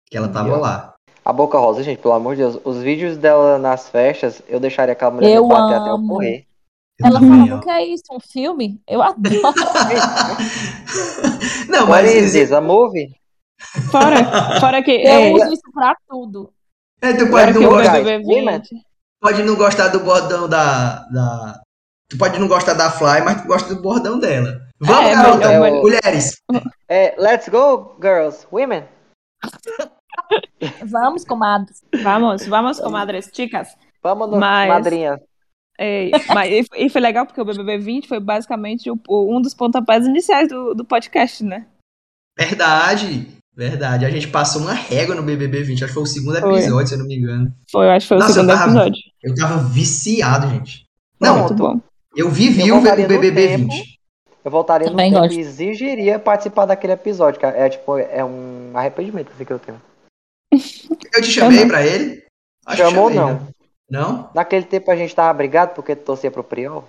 [SPEAKER 2] Que ela tava
[SPEAKER 4] Meu.
[SPEAKER 2] lá.
[SPEAKER 4] A boca rosa, gente, pelo amor de Deus. Os vídeos dela nas festas, eu deixaria aquela mulher
[SPEAKER 5] Eu
[SPEAKER 4] me bater até eu
[SPEAKER 5] amo.
[SPEAKER 4] morrer.
[SPEAKER 2] Eu
[SPEAKER 3] Uhum.
[SPEAKER 5] Ela
[SPEAKER 2] também,
[SPEAKER 5] falava,
[SPEAKER 2] ó.
[SPEAKER 5] o que é isso? Um filme? Eu adoro.
[SPEAKER 2] Não,
[SPEAKER 4] What
[SPEAKER 2] mas.
[SPEAKER 4] is this, a movie?
[SPEAKER 3] Fora, fora que. é,
[SPEAKER 2] um
[SPEAKER 5] Eu uso isso pra tudo.
[SPEAKER 2] É, tu
[SPEAKER 3] fora
[SPEAKER 2] pode
[SPEAKER 3] que
[SPEAKER 2] não,
[SPEAKER 3] o
[SPEAKER 2] gostar,
[SPEAKER 4] guys,
[SPEAKER 3] BBB
[SPEAKER 4] women.
[SPEAKER 3] 20.
[SPEAKER 2] pode não gostar do bordão da, da. Tu pode não gostar da Fly, mas tu gosta do bordão dela. Vamos,
[SPEAKER 3] É,
[SPEAKER 2] garota.
[SPEAKER 3] é o
[SPEAKER 4] melhor.
[SPEAKER 2] Mulheres,
[SPEAKER 4] É, let's go, girls, women.
[SPEAKER 5] Vamos, comadres.
[SPEAKER 3] Vamos, vamos, comadres chicas.
[SPEAKER 4] Vamos, no,
[SPEAKER 3] Mas-
[SPEAKER 4] madrinha.
[SPEAKER 3] É, mas, e, e foi legal porque o BBB 20 foi basicamente o- o- um dos pontapés iniciais do, do podcast, né?
[SPEAKER 2] Verdade, verdade. A gente passou uma régua no BBB 20, acho que foi o segundo episódio, se eu não me engano.
[SPEAKER 3] Foi, eu acho que foi o
[SPEAKER 2] Nossa, eu
[SPEAKER 3] segundo
[SPEAKER 2] tava-
[SPEAKER 3] episódio.
[SPEAKER 2] Eu tava viciado, gente.
[SPEAKER 3] Foi
[SPEAKER 2] Não,
[SPEAKER 3] muito bom.
[SPEAKER 2] eu vivi
[SPEAKER 4] Eu
[SPEAKER 2] o
[SPEAKER 4] voltaria no
[SPEAKER 2] BBB
[SPEAKER 4] tempo.
[SPEAKER 2] 20.
[SPEAKER 4] Eu voltaria no
[SPEAKER 5] Também
[SPEAKER 4] tempo
[SPEAKER 5] gosto.
[SPEAKER 4] e exigiria participar daquele episódio, cara. É tipo, é um arrependimento assim, que eu tenho.
[SPEAKER 2] Eu te chamei
[SPEAKER 3] Chamou.
[SPEAKER 2] pra ele? que
[SPEAKER 4] Chamou
[SPEAKER 2] chamei,
[SPEAKER 4] não.
[SPEAKER 2] né? Não?
[SPEAKER 4] Naquele tempo a gente tava brigado porque tu torcia pro Priol.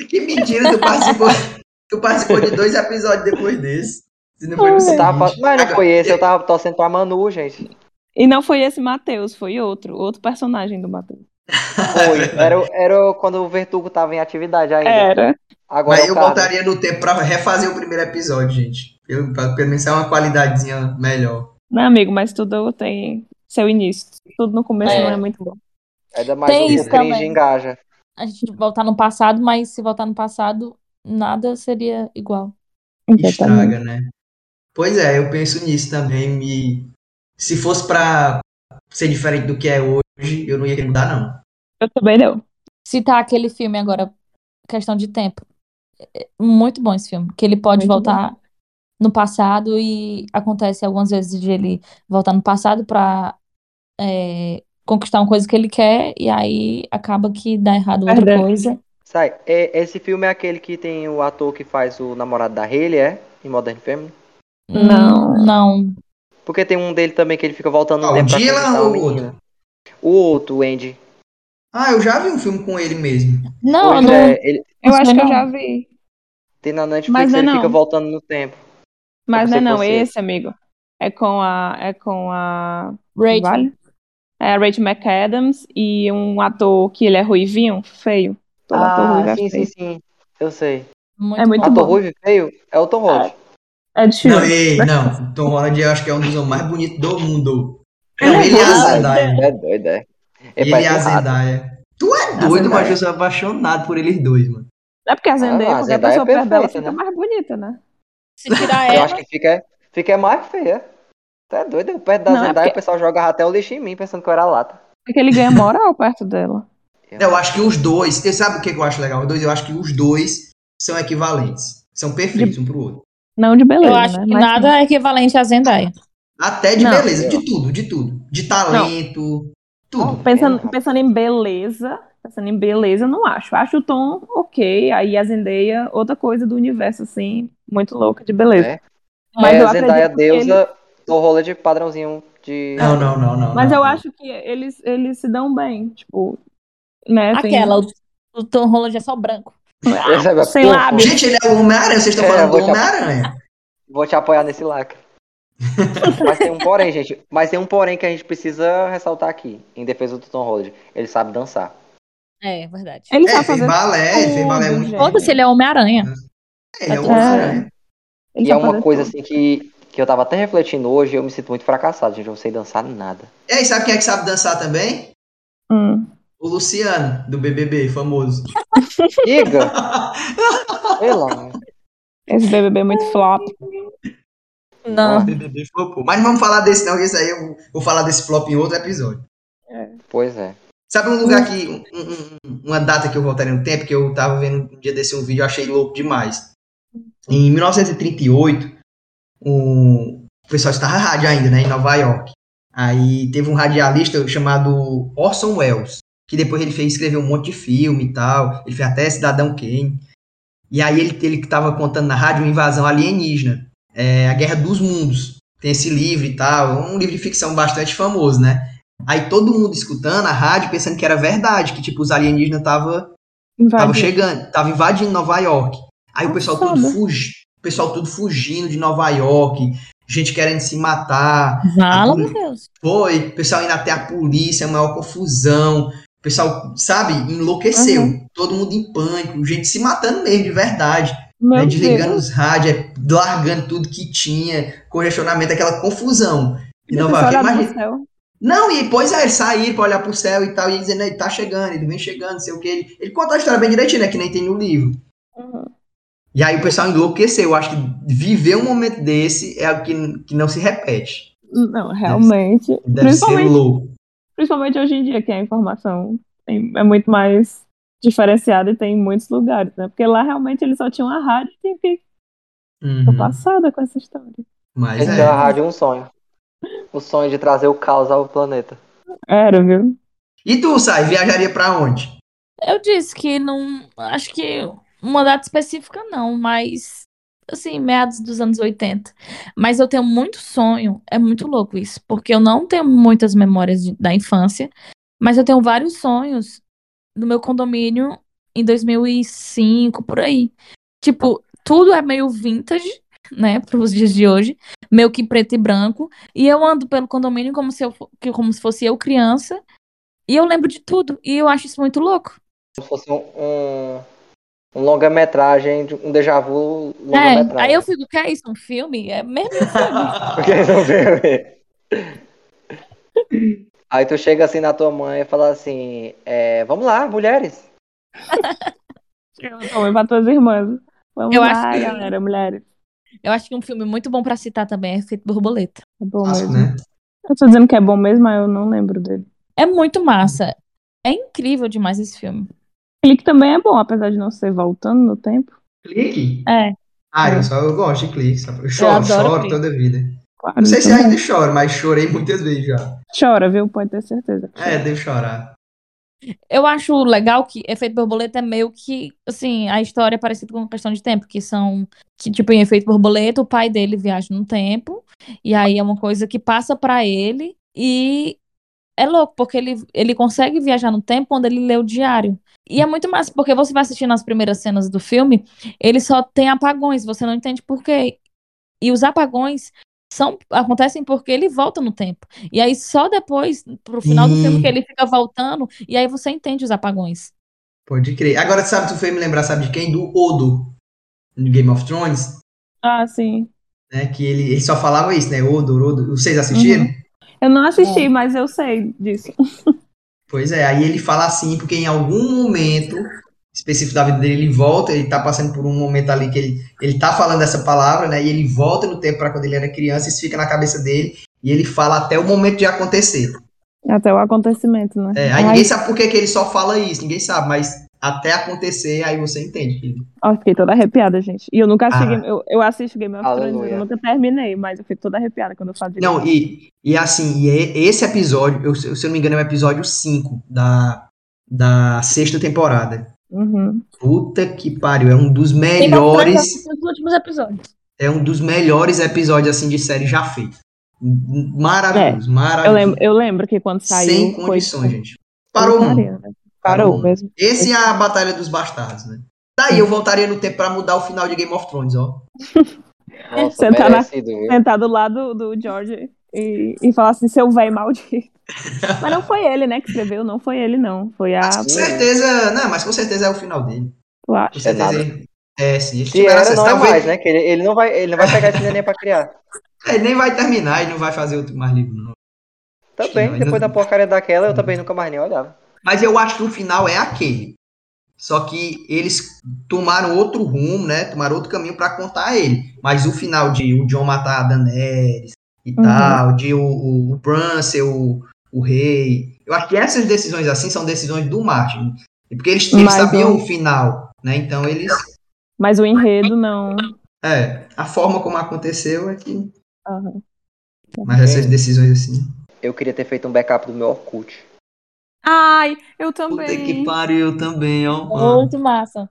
[SPEAKER 2] É Que mentira, tu participou, tu participou de dois episódios depois desse. Se não foi no
[SPEAKER 4] Eu
[SPEAKER 2] seguinte.
[SPEAKER 4] tava, mas não
[SPEAKER 2] Agora,
[SPEAKER 4] foi esse, eu tava torcendo pra Manu, gente.
[SPEAKER 3] E não foi esse Matheus, foi outro, outro personagem do Matheus.
[SPEAKER 4] Foi. Era, o- era o- quando o Vertugo tava em atividade ainda.
[SPEAKER 5] É.
[SPEAKER 3] Era.
[SPEAKER 4] Agora
[SPEAKER 2] Mas eu
[SPEAKER 4] o cara-
[SPEAKER 2] voltaria no tempo pra refazer o primeiro episódio, gente. Eu, pra pelo menos é uma qualidadezinha melhor.
[SPEAKER 3] né, Não, amigo, mas tudo tem seu início. Tudo no começo
[SPEAKER 5] É.
[SPEAKER 3] não é muito bom.
[SPEAKER 4] Ainda mais
[SPEAKER 5] Tem
[SPEAKER 4] o
[SPEAKER 5] isso também.
[SPEAKER 4] cringe engaja.
[SPEAKER 5] A gente voltar no passado, mas se voltar no passado, nada seria igual.
[SPEAKER 3] Então,
[SPEAKER 2] Estraga, né? Pois é, eu penso nisso também. Me... Se fosse pra ser diferente do que é hoje, eu não ia querer mudar, não.
[SPEAKER 3] Eu também não.
[SPEAKER 5] Citar aquele filme agora, questão de tempo. É Muito bom esse filme, que ele
[SPEAKER 3] Muito
[SPEAKER 5] pode voltar no passado e acontece algumas vezes de ele voltar no passado pra é, conquistar uma coisa que ele quer e aí acaba que dá errado outra
[SPEAKER 3] Verdade.
[SPEAKER 5] coisa.
[SPEAKER 4] Sai, é- esse filme é aquele que tem o ator que faz o namorado da Hayley, é? Em Modern Family?
[SPEAKER 3] Não.
[SPEAKER 5] Hum, Não.
[SPEAKER 4] Porque tem um dele também que ele fica voltando no
[SPEAKER 2] Ah, o
[SPEAKER 4] tempo pra
[SPEAKER 2] Dylan
[SPEAKER 4] conquistar
[SPEAKER 2] ou
[SPEAKER 4] uma
[SPEAKER 2] o
[SPEAKER 4] menina. O outro, o Andy.
[SPEAKER 2] Ah, eu já vi um filme com ele mesmo.
[SPEAKER 5] Não,
[SPEAKER 4] Pois
[SPEAKER 5] eu não.
[SPEAKER 4] é, ele
[SPEAKER 3] Eu
[SPEAKER 5] Isso
[SPEAKER 3] acho que eu
[SPEAKER 5] não.
[SPEAKER 3] já vi.
[SPEAKER 4] tem na
[SPEAKER 3] Mas
[SPEAKER 4] Netflix,
[SPEAKER 3] não é
[SPEAKER 4] ele
[SPEAKER 3] não.
[SPEAKER 4] fica voltando no tempo.
[SPEAKER 3] Mas não
[SPEAKER 4] pensei
[SPEAKER 3] é não,
[SPEAKER 4] que fosse
[SPEAKER 3] esse, amigo. É com a. É com a.
[SPEAKER 5] Rachel.
[SPEAKER 3] Vale? É a Rachel McAdams e um ator que ele é ruivinho, feio. Todo ator ruivo
[SPEAKER 4] Ah,
[SPEAKER 3] é
[SPEAKER 4] sim, sim,
[SPEAKER 3] feio.
[SPEAKER 4] sim. Eu sei.
[SPEAKER 5] Muito
[SPEAKER 3] É muito
[SPEAKER 5] bom.
[SPEAKER 4] Ator
[SPEAKER 3] bom.
[SPEAKER 4] ruivo e feio é o Tom Holland.
[SPEAKER 3] É de
[SPEAKER 2] Não,
[SPEAKER 3] filme.
[SPEAKER 2] ei, não. Tom Holland eu acho que é um dos homens mais bonitos do mundo.
[SPEAKER 3] Ele
[SPEAKER 2] Não,
[SPEAKER 3] é
[SPEAKER 2] ele é a
[SPEAKER 3] bom,
[SPEAKER 2] Zendaya.
[SPEAKER 4] É doido, é.
[SPEAKER 2] Ele
[SPEAKER 4] parece
[SPEAKER 2] é a
[SPEAKER 4] um rato.
[SPEAKER 2] Zendaya. Tu é
[SPEAKER 3] A
[SPEAKER 2] doido, mas
[SPEAKER 3] Zendaya.
[SPEAKER 2] eu sou apaixonado por eles dois, mano.
[SPEAKER 3] Não é porque a Zendaya,
[SPEAKER 4] Ah, a
[SPEAKER 3] porque a
[SPEAKER 4] Zendaya
[SPEAKER 3] pessoa
[SPEAKER 4] é
[SPEAKER 3] perto dela
[SPEAKER 4] perfeita,
[SPEAKER 3] fica
[SPEAKER 4] né?
[SPEAKER 3] mais bonita, né?
[SPEAKER 5] Se tirar
[SPEAKER 4] Eu
[SPEAKER 5] ela,
[SPEAKER 4] acho que fica, fica mais feia. Tu é doido? Eu perto da
[SPEAKER 3] Não, é
[SPEAKER 4] Zendaya, o
[SPEAKER 3] porque-
[SPEAKER 4] pessoal joga até o lixo em mim, pensando que eu era lata.
[SPEAKER 3] Porque ele ganha moral perto dela.
[SPEAKER 2] Eu acho que os dois. Você sabe o que que eu acho legal? Os dois, eu acho que os dois são equivalentes. São perfeitos um pro outro.
[SPEAKER 3] Não de beleza,
[SPEAKER 5] eu acho
[SPEAKER 3] né?
[SPEAKER 5] que
[SPEAKER 3] Mas
[SPEAKER 5] nada é equivalente a Zendaya.
[SPEAKER 2] Até de
[SPEAKER 3] Não.
[SPEAKER 2] beleza, de tudo, de tudo. De talento, tudo.
[SPEAKER 3] Pensando, pensando em beleza, pensando em beleza, não acho. Acho o Tom ok, aí a Zendaya, outra coisa do universo, assim, muito louca de beleza.
[SPEAKER 4] É.
[SPEAKER 3] Mas
[SPEAKER 4] é,
[SPEAKER 3] eu
[SPEAKER 4] a Zendaya
[SPEAKER 3] acredito que ele-
[SPEAKER 4] deusa, Tom Holland padrãozinho de...
[SPEAKER 2] Não, não, não, não.
[SPEAKER 3] Mas
[SPEAKER 2] não.
[SPEAKER 3] eu acho que eles, eles se dão bem, tipo, né? tem-
[SPEAKER 5] Aquela, o, o Tom Holland é só branco.
[SPEAKER 4] Ele sabe,
[SPEAKER 3] sem
[SPEAKER 4] pô,
[SPEAKER 3] lábios.
[SPEAKER 2] Gente, ele é o Homem-Aranha, vocês estão
[SPEAKER 4] É,
[SPEAKER 2] falando
[SPEAKER 4] vou
[SPEAKER 2] do
[SPEAKER 4] te apagar.
[SPEAKER 2] Homem-Aranha.
[SPEAKER 4] Vou te apoiar nesse lacre. Mas tem um porém, gente. Mas tem um porém que a gente precisa ressaltar aqui, em defesa do Tom Holland. Ele sabe dançar.
[SPEAKER 5] É, verdade.
[SPEAKER 3] Ele
[SPEAKER 2] É,
[SPEAKER 3] tá
[SPEAKER 2] fez
[SPEAKER 3] fazendo.
[SPEAKER 2] balé, ele fez
[SPEAKER 3] tudo,
[SPEAKER 2] balé muito bem.
[SPEAKER 3] gente.
[SPEAKER 5] Foda-se, ele é Homem-Aranha.
[SPEAKER 2] É, Ele é o
[SPEAKER 5] É.
[SPEAKER 2] Homem-Aranha.
[SPEAKER 3] Ele
[SPEAKER 4] e
[SPEAKER 3] tá
[SPEAKER 4] é uma
[SPEAKER 3] fazendo
[SPEAKER 4] coisa
[SPEAKER 3] tudo.
[SPEAKER 4] assim que, que eu tava até refletindo hoje, eu me sinto muito fracassado, gente. Eu não sei dançar nada.
[SPEAKER 2] E aí, sabe quem é que sabe dançar também?
[SPEAKER 3] Hum.
[SPEAKER 2] O Luciano, do BBB, famoso.
[SPEAKER 4] Diga! Pelo amor.
[SPEAKER 3] Esse BBB é muito flop.
[SPEAKER 5] Não.
[SPEAKER 2] BBB flopou. Mas não vamos falar desse, não, que isso aí eu vou falar desse flop em outro episódio.
[SPEAKER 4] Pois é.
[SPEAKER 2] Sabe um lugar que. um- um- um- uma data que eu voltaria no tempo, que eu tava vendo um dia desse um vídeo, eu achei louco demais. Em 1938, um, o pessoal estava na rádio ainda, né, em Nova York. Aí teve um radialista chamado Orson Welles, que depois ele fez escrever um monte de filme e tal. Ele fez até Cidadão Kane. E aí ele, ele que tava contando na rádio uma invasão alienígena. é, a Guerra dos Mundos. Tem esse livro e tal. É um livro de ficção bastante famoso, né? Aí todo mundo escutando a rádio, pensando que era verdade, que tipo, os alienígenas tava, tava
[SPEAKER 3] Invadiu.
[SPEAKER 2] chegando, tava invadindo Nova York. Aí o pessoal tudo
[SPEAKER 3] Passada.
[SPEAKER 2] fugi, o pessoal tudo fugindo de Nova York, gente querendo se matar.
[SPEAKER 5] Fala, meu Deus.
[SPEAKER 2] Foi, o pessoal indo até a polícia, maior confusão. O pessoal, sabe, enlouqueceu.
[SPEAKER 3] Uhum.
[SPEAKER 2] Todo mundo em pânico, gente se matando mesmo, de verdade
[SPEAKER 3] Meu
[SPEAKER 2] né,
[SPEAKER 3] Deus.
[SPEAKER 2] desligando os rádios, é, largando tudo que tinha, congestionamento, aquela confusão. E
[SPEAKER 3] Eu
[SPEAKER 2] Nova
[SPEAKER 3] só
[SPEAKER 2] York, é
[SPEAKER 3] olhava pro
[SPEAKER 2] imagina.
[SPEAKER 3] céu.
[SPEAKER 2] Não, e pois é, eles saíram pra olhar pro céu e tal, e dizendo, ele tá chegando, ele vem chegando, não sei o que. Ele, ele conta a história bem direitinho, né, que nem tem no livro.
[SPEAKER 3] Uhum.
[SPEAKER 2] E aí o pessoal enlouqueceu. Eu acho que viver um momento desse é algo que, que não se repete.
[SPEAKER 3] Não, realmente.
[SPEAKER 2] Deve ser
[SPEAKER 3] Principalmente,
[SPEAKER 2] louco.
[SPEAKER 3] principalmente hoje em dia, que a informação tem- é muito mais diferenciada e tem em muitos lugares, né? Porque lá realmente eles só tinham a rádio e eu fiquei
[SPEAKER 2] Uhum.
[SPEAKER 3] passada com essa história.
[SPEAKER 2] Mas
[SPEAKER 4] Então a
[SPEAKER 2] é.
[SPEAKER 4] rádio é um sonho. O sonho de trazer o caos ao planeta.
[SPEAKER 3] Era, viu?
[SPEAKER 2] E tu, Sai, viajaria pra onde?
[SPEAKER 5] Eu disse que não. Acho que uma data específica não, mas. Assim, meados dos anos 80. Mas eu tenho muito sonho. É muito louco isso, porque eu não tenho muitas memórias de- da infância, mas eu tenho vários sonhos no meu condomínio em 2005, por aí. Tipo, tudo é meio vintage, né, para os dias de hoje, meio que preto e branco. E eu ando pelo condomínio como se eu, fo- que- como se fosse eu criança. E eu lembro de tudo. E eu acho isso muito louco.
[SPEAKER 4] Como se fosse um, um, um longa-metragem, de- um déjà vu
[SPEAKER 5] É,
[SPEAKER 4] longa-metragem.
[SPEAKER 5] aí eu fico, o que é isso? Um
[SPEAKER 4] Ah,
[SPEAKER 5] filme? É mesmo um filme.
[SPEAKER 4] Porque não veio. Aí tu chega assim na tua mãe e fala assim: é, vamos lá, mulheres.
[SPEAKER 3] Então, pra tuas irmãs. Vamos
[SPEAKER 6] Eu
[SPEAKER 3] lá,
[SPEAKER 6] acho que-
[SPEAKER 3] galera, mulheres.
[SPEAKER 6] Eu acho que um filme muito bom pra citar também é Efeito Borboleta.
[SPEAKER 3] É bom
[SPEAKER 2] Clássico,
[SPEAKER 3] mesmo.
[SPEAKER 2] né?
[SPEAKER 3] Eu tô dizendo que é bom mesmo, mas eu não lembro dele.
[SPEAKER 6] É muito massa. É incrível demais esse filme.
[SPEAKER 3] Ele que também é bom, apesar de não ser voltando no tempo.
[SPEAKER 2] Clique?
[SPEAKER 6] É.
[SPEAKER 2] Ah, eu só eu gosto de clique. só- Eu choro,
[SPEAKER 6] adoro
[SPEAKER 2] choro
[SPEAKER 6] clique.
[SPEAKER 2] toda a vida.
[SPEAKER 3] Claro,
[SPEAKER 2] Não sei se é
[SPEAKER 3] então
[SPEAKER 2] ainda choro, mas chorei muitas vezes já.
[SPEAKER 3] Chora, viu? Pode ter certeza.
[SPEAKER 2] É, devo chorar.
[SPEAKER 6] Eu acho legal que Efeito Borboleta é meio que, assim, a história é parecida com Questão de Tempo, que são, que, tipo, em Efeito Borboleta, o pai dele viaja no tempo, e aí é uma coisa que passa pra ele, e é louco, porque ele, ele consegue viajar no tempo quando ele lê o diário. E é muito massa, porque você vai assistindo as primeiras cenas do filme, ele só tem apagões, você não entende por quê. E os apagões são, acontecem porque ele volta no tempo. E aí só depois, pro final do filme,
[SPEAKER 2] Sim.
[SPEAKER 6] que ele fica voltando, e aí você entende os apagões.
[SPEAKER 2] Pode crer. Agora, sabe, tu fez me lembrar, sabe de quem? Do Odo, de Game of Thrones,
[SPEAKER 3] Ah, sim.
[SPEAKER 2] né? Que ele, ele só falava isso, né? Odo, Odo. Vocês assistiram?
[SPEAKER 3] Eu não assisti, mas eu sei disso.
[SPEAKER 2] Pois é, aí ele fala assim, porque em algum momento específico da vida dele, ele volta, ele tá passando por um momento ali que ele, ele tá falando essa palavra, né? E ele volta no tempo pra quando ele era criança, isso fica na cabeça dele, e ele fala até o momento de acontecer.
[SPEAKER 3] Até o acontecimento, né?
[SPEAKER 2] É, aí
[SPEAKER 3] Ai,
[SPEAKER 2] ninguém sabe por que, que ele só fala isso, ninguém sabe, mas até acontecer, aí você entende. que ele-
[SPEAKER 3] ó, fiquei toda arrepiada, gente. E eu nunca assisti
[SPEAKER 2] Ah.
[SPEAKER 3] Game... eu, eu assisto Game of Thrones, mas
[SPEAKER 4] Aleluia.
[SPEAKER 3] eu nunca terminei, mas eu fico toda arrepiada quando eu faço isso.
[SPEAKER 2] Não, e, e assim, e e- esse episódio, eu, se eu não me engano, é o episódio 5 da, da sexta temporada.
[SPEAKER 3] Uhum.
[SPEAKER 2] Puta que pariu, é um dos
[SPEAKER 5] Tem bastante
[SPEAKER 2] melhores.
[SPEAKER 5] assistir os últimos episódios.
[SPEAKER 2] É um dos melhores episódios assim de série já feito. M- Maravilhoso, maravilhoso.
[SPEAKER 3] É, Eu lembro, eu lembro que quando saiu.
[SPEAKER 2] Sem
[SPEAKER 3] foi,
[SPEAKER 2] condições,
[SPEAKER 3] tipo,
[SPEAKER 2] gente. Parou o mundo.
[SPEAKER 3] putaria, né? Parou
[SPEAKER 2] Parou.
[SPEAKER 3] mesmo.
[SPEAKER 2] Esse é a Batalha dos Bastardos, né? Daí eu voltaria no tempo pra mudar o final de Game of Thrones, ó.
[SPEAKER 4] Nossa,
[SPEAKER 5] tá
[SPEAKER 3] Sentar na-
[SPEAKER 4] merecido, viu?
[SPEAKER 3] Sentar do lado do George e, e falar assim, seu velho maldito. Mas não foi ele, né, que escreveu, não foi ele, não. Foi a.
[SPEAKER 2] Mas com certeza, não, mas com certeza é o final dele.
[SPEAKER 3] Ah, Eu acho.
[SPEAKER 2] Com certeza
[SPEAKER 4] nada.
[SPEAKER 2] ele- é, sim. Se
[SPEAKER 4] Se
[SPEAKER 2] tiver
[SPEAKER 4] era,
[SPEAKER 2] acesso,
[SPEAKER 4] não é
[SPEAKER 2] talvez-
[SPEAKER 4] mais, né? Que ele, ele não vai, ele não vai pegar esse neném pra criar.
[SPEAKER 2] é, ele nem vai terminar e não vai fazer outro mais livro, não.
[SPEAKER 4] Também,
[SPEAKER 2] Não,
[SPEAKER 4] depois
[SPEAKER 2] ainda-
[SPEAKER 4] da porcaria daquela, eu também nunca mais nem olhava.
[SPEAKER 2] Mas eu acho que o final é aquele. Só que eles tomaram outro rumo, né? Tomaram outro caminho pra contar ele. Mas o final de o John matar a Daenerys e
[SPEAKER 3] Uhum.
[SPEAKER 2] tal, de o, o, o Bran ser o, o rei. Eu acho que essas decisões assim são decisões do Martin. E Porque eles, eles
[SPEAKER 3] Mas
[SPEAKER 2] sabiam
[SPEAKER 3] eu-
[SPEAKER 2] o final, né? Então eles...
[SPEAKER 3] Mas o enredo, não.
[SPEAKER 2] É, a forma como aconteceu é que...
[SPEAKER 3] Aham.
[SPEAKER 2] Mas essas decisões assim...
[SPEAKER 4] Eu queria ter feito um backup do meu Orkut.
[SPEAKER 3] Ai, eu
[SPEAKER 2] Puta
[SPEAKER 3] também.
[SPEAKER 2] que pariu também, ó. mano.
[SPEAKER 6] Muito massa.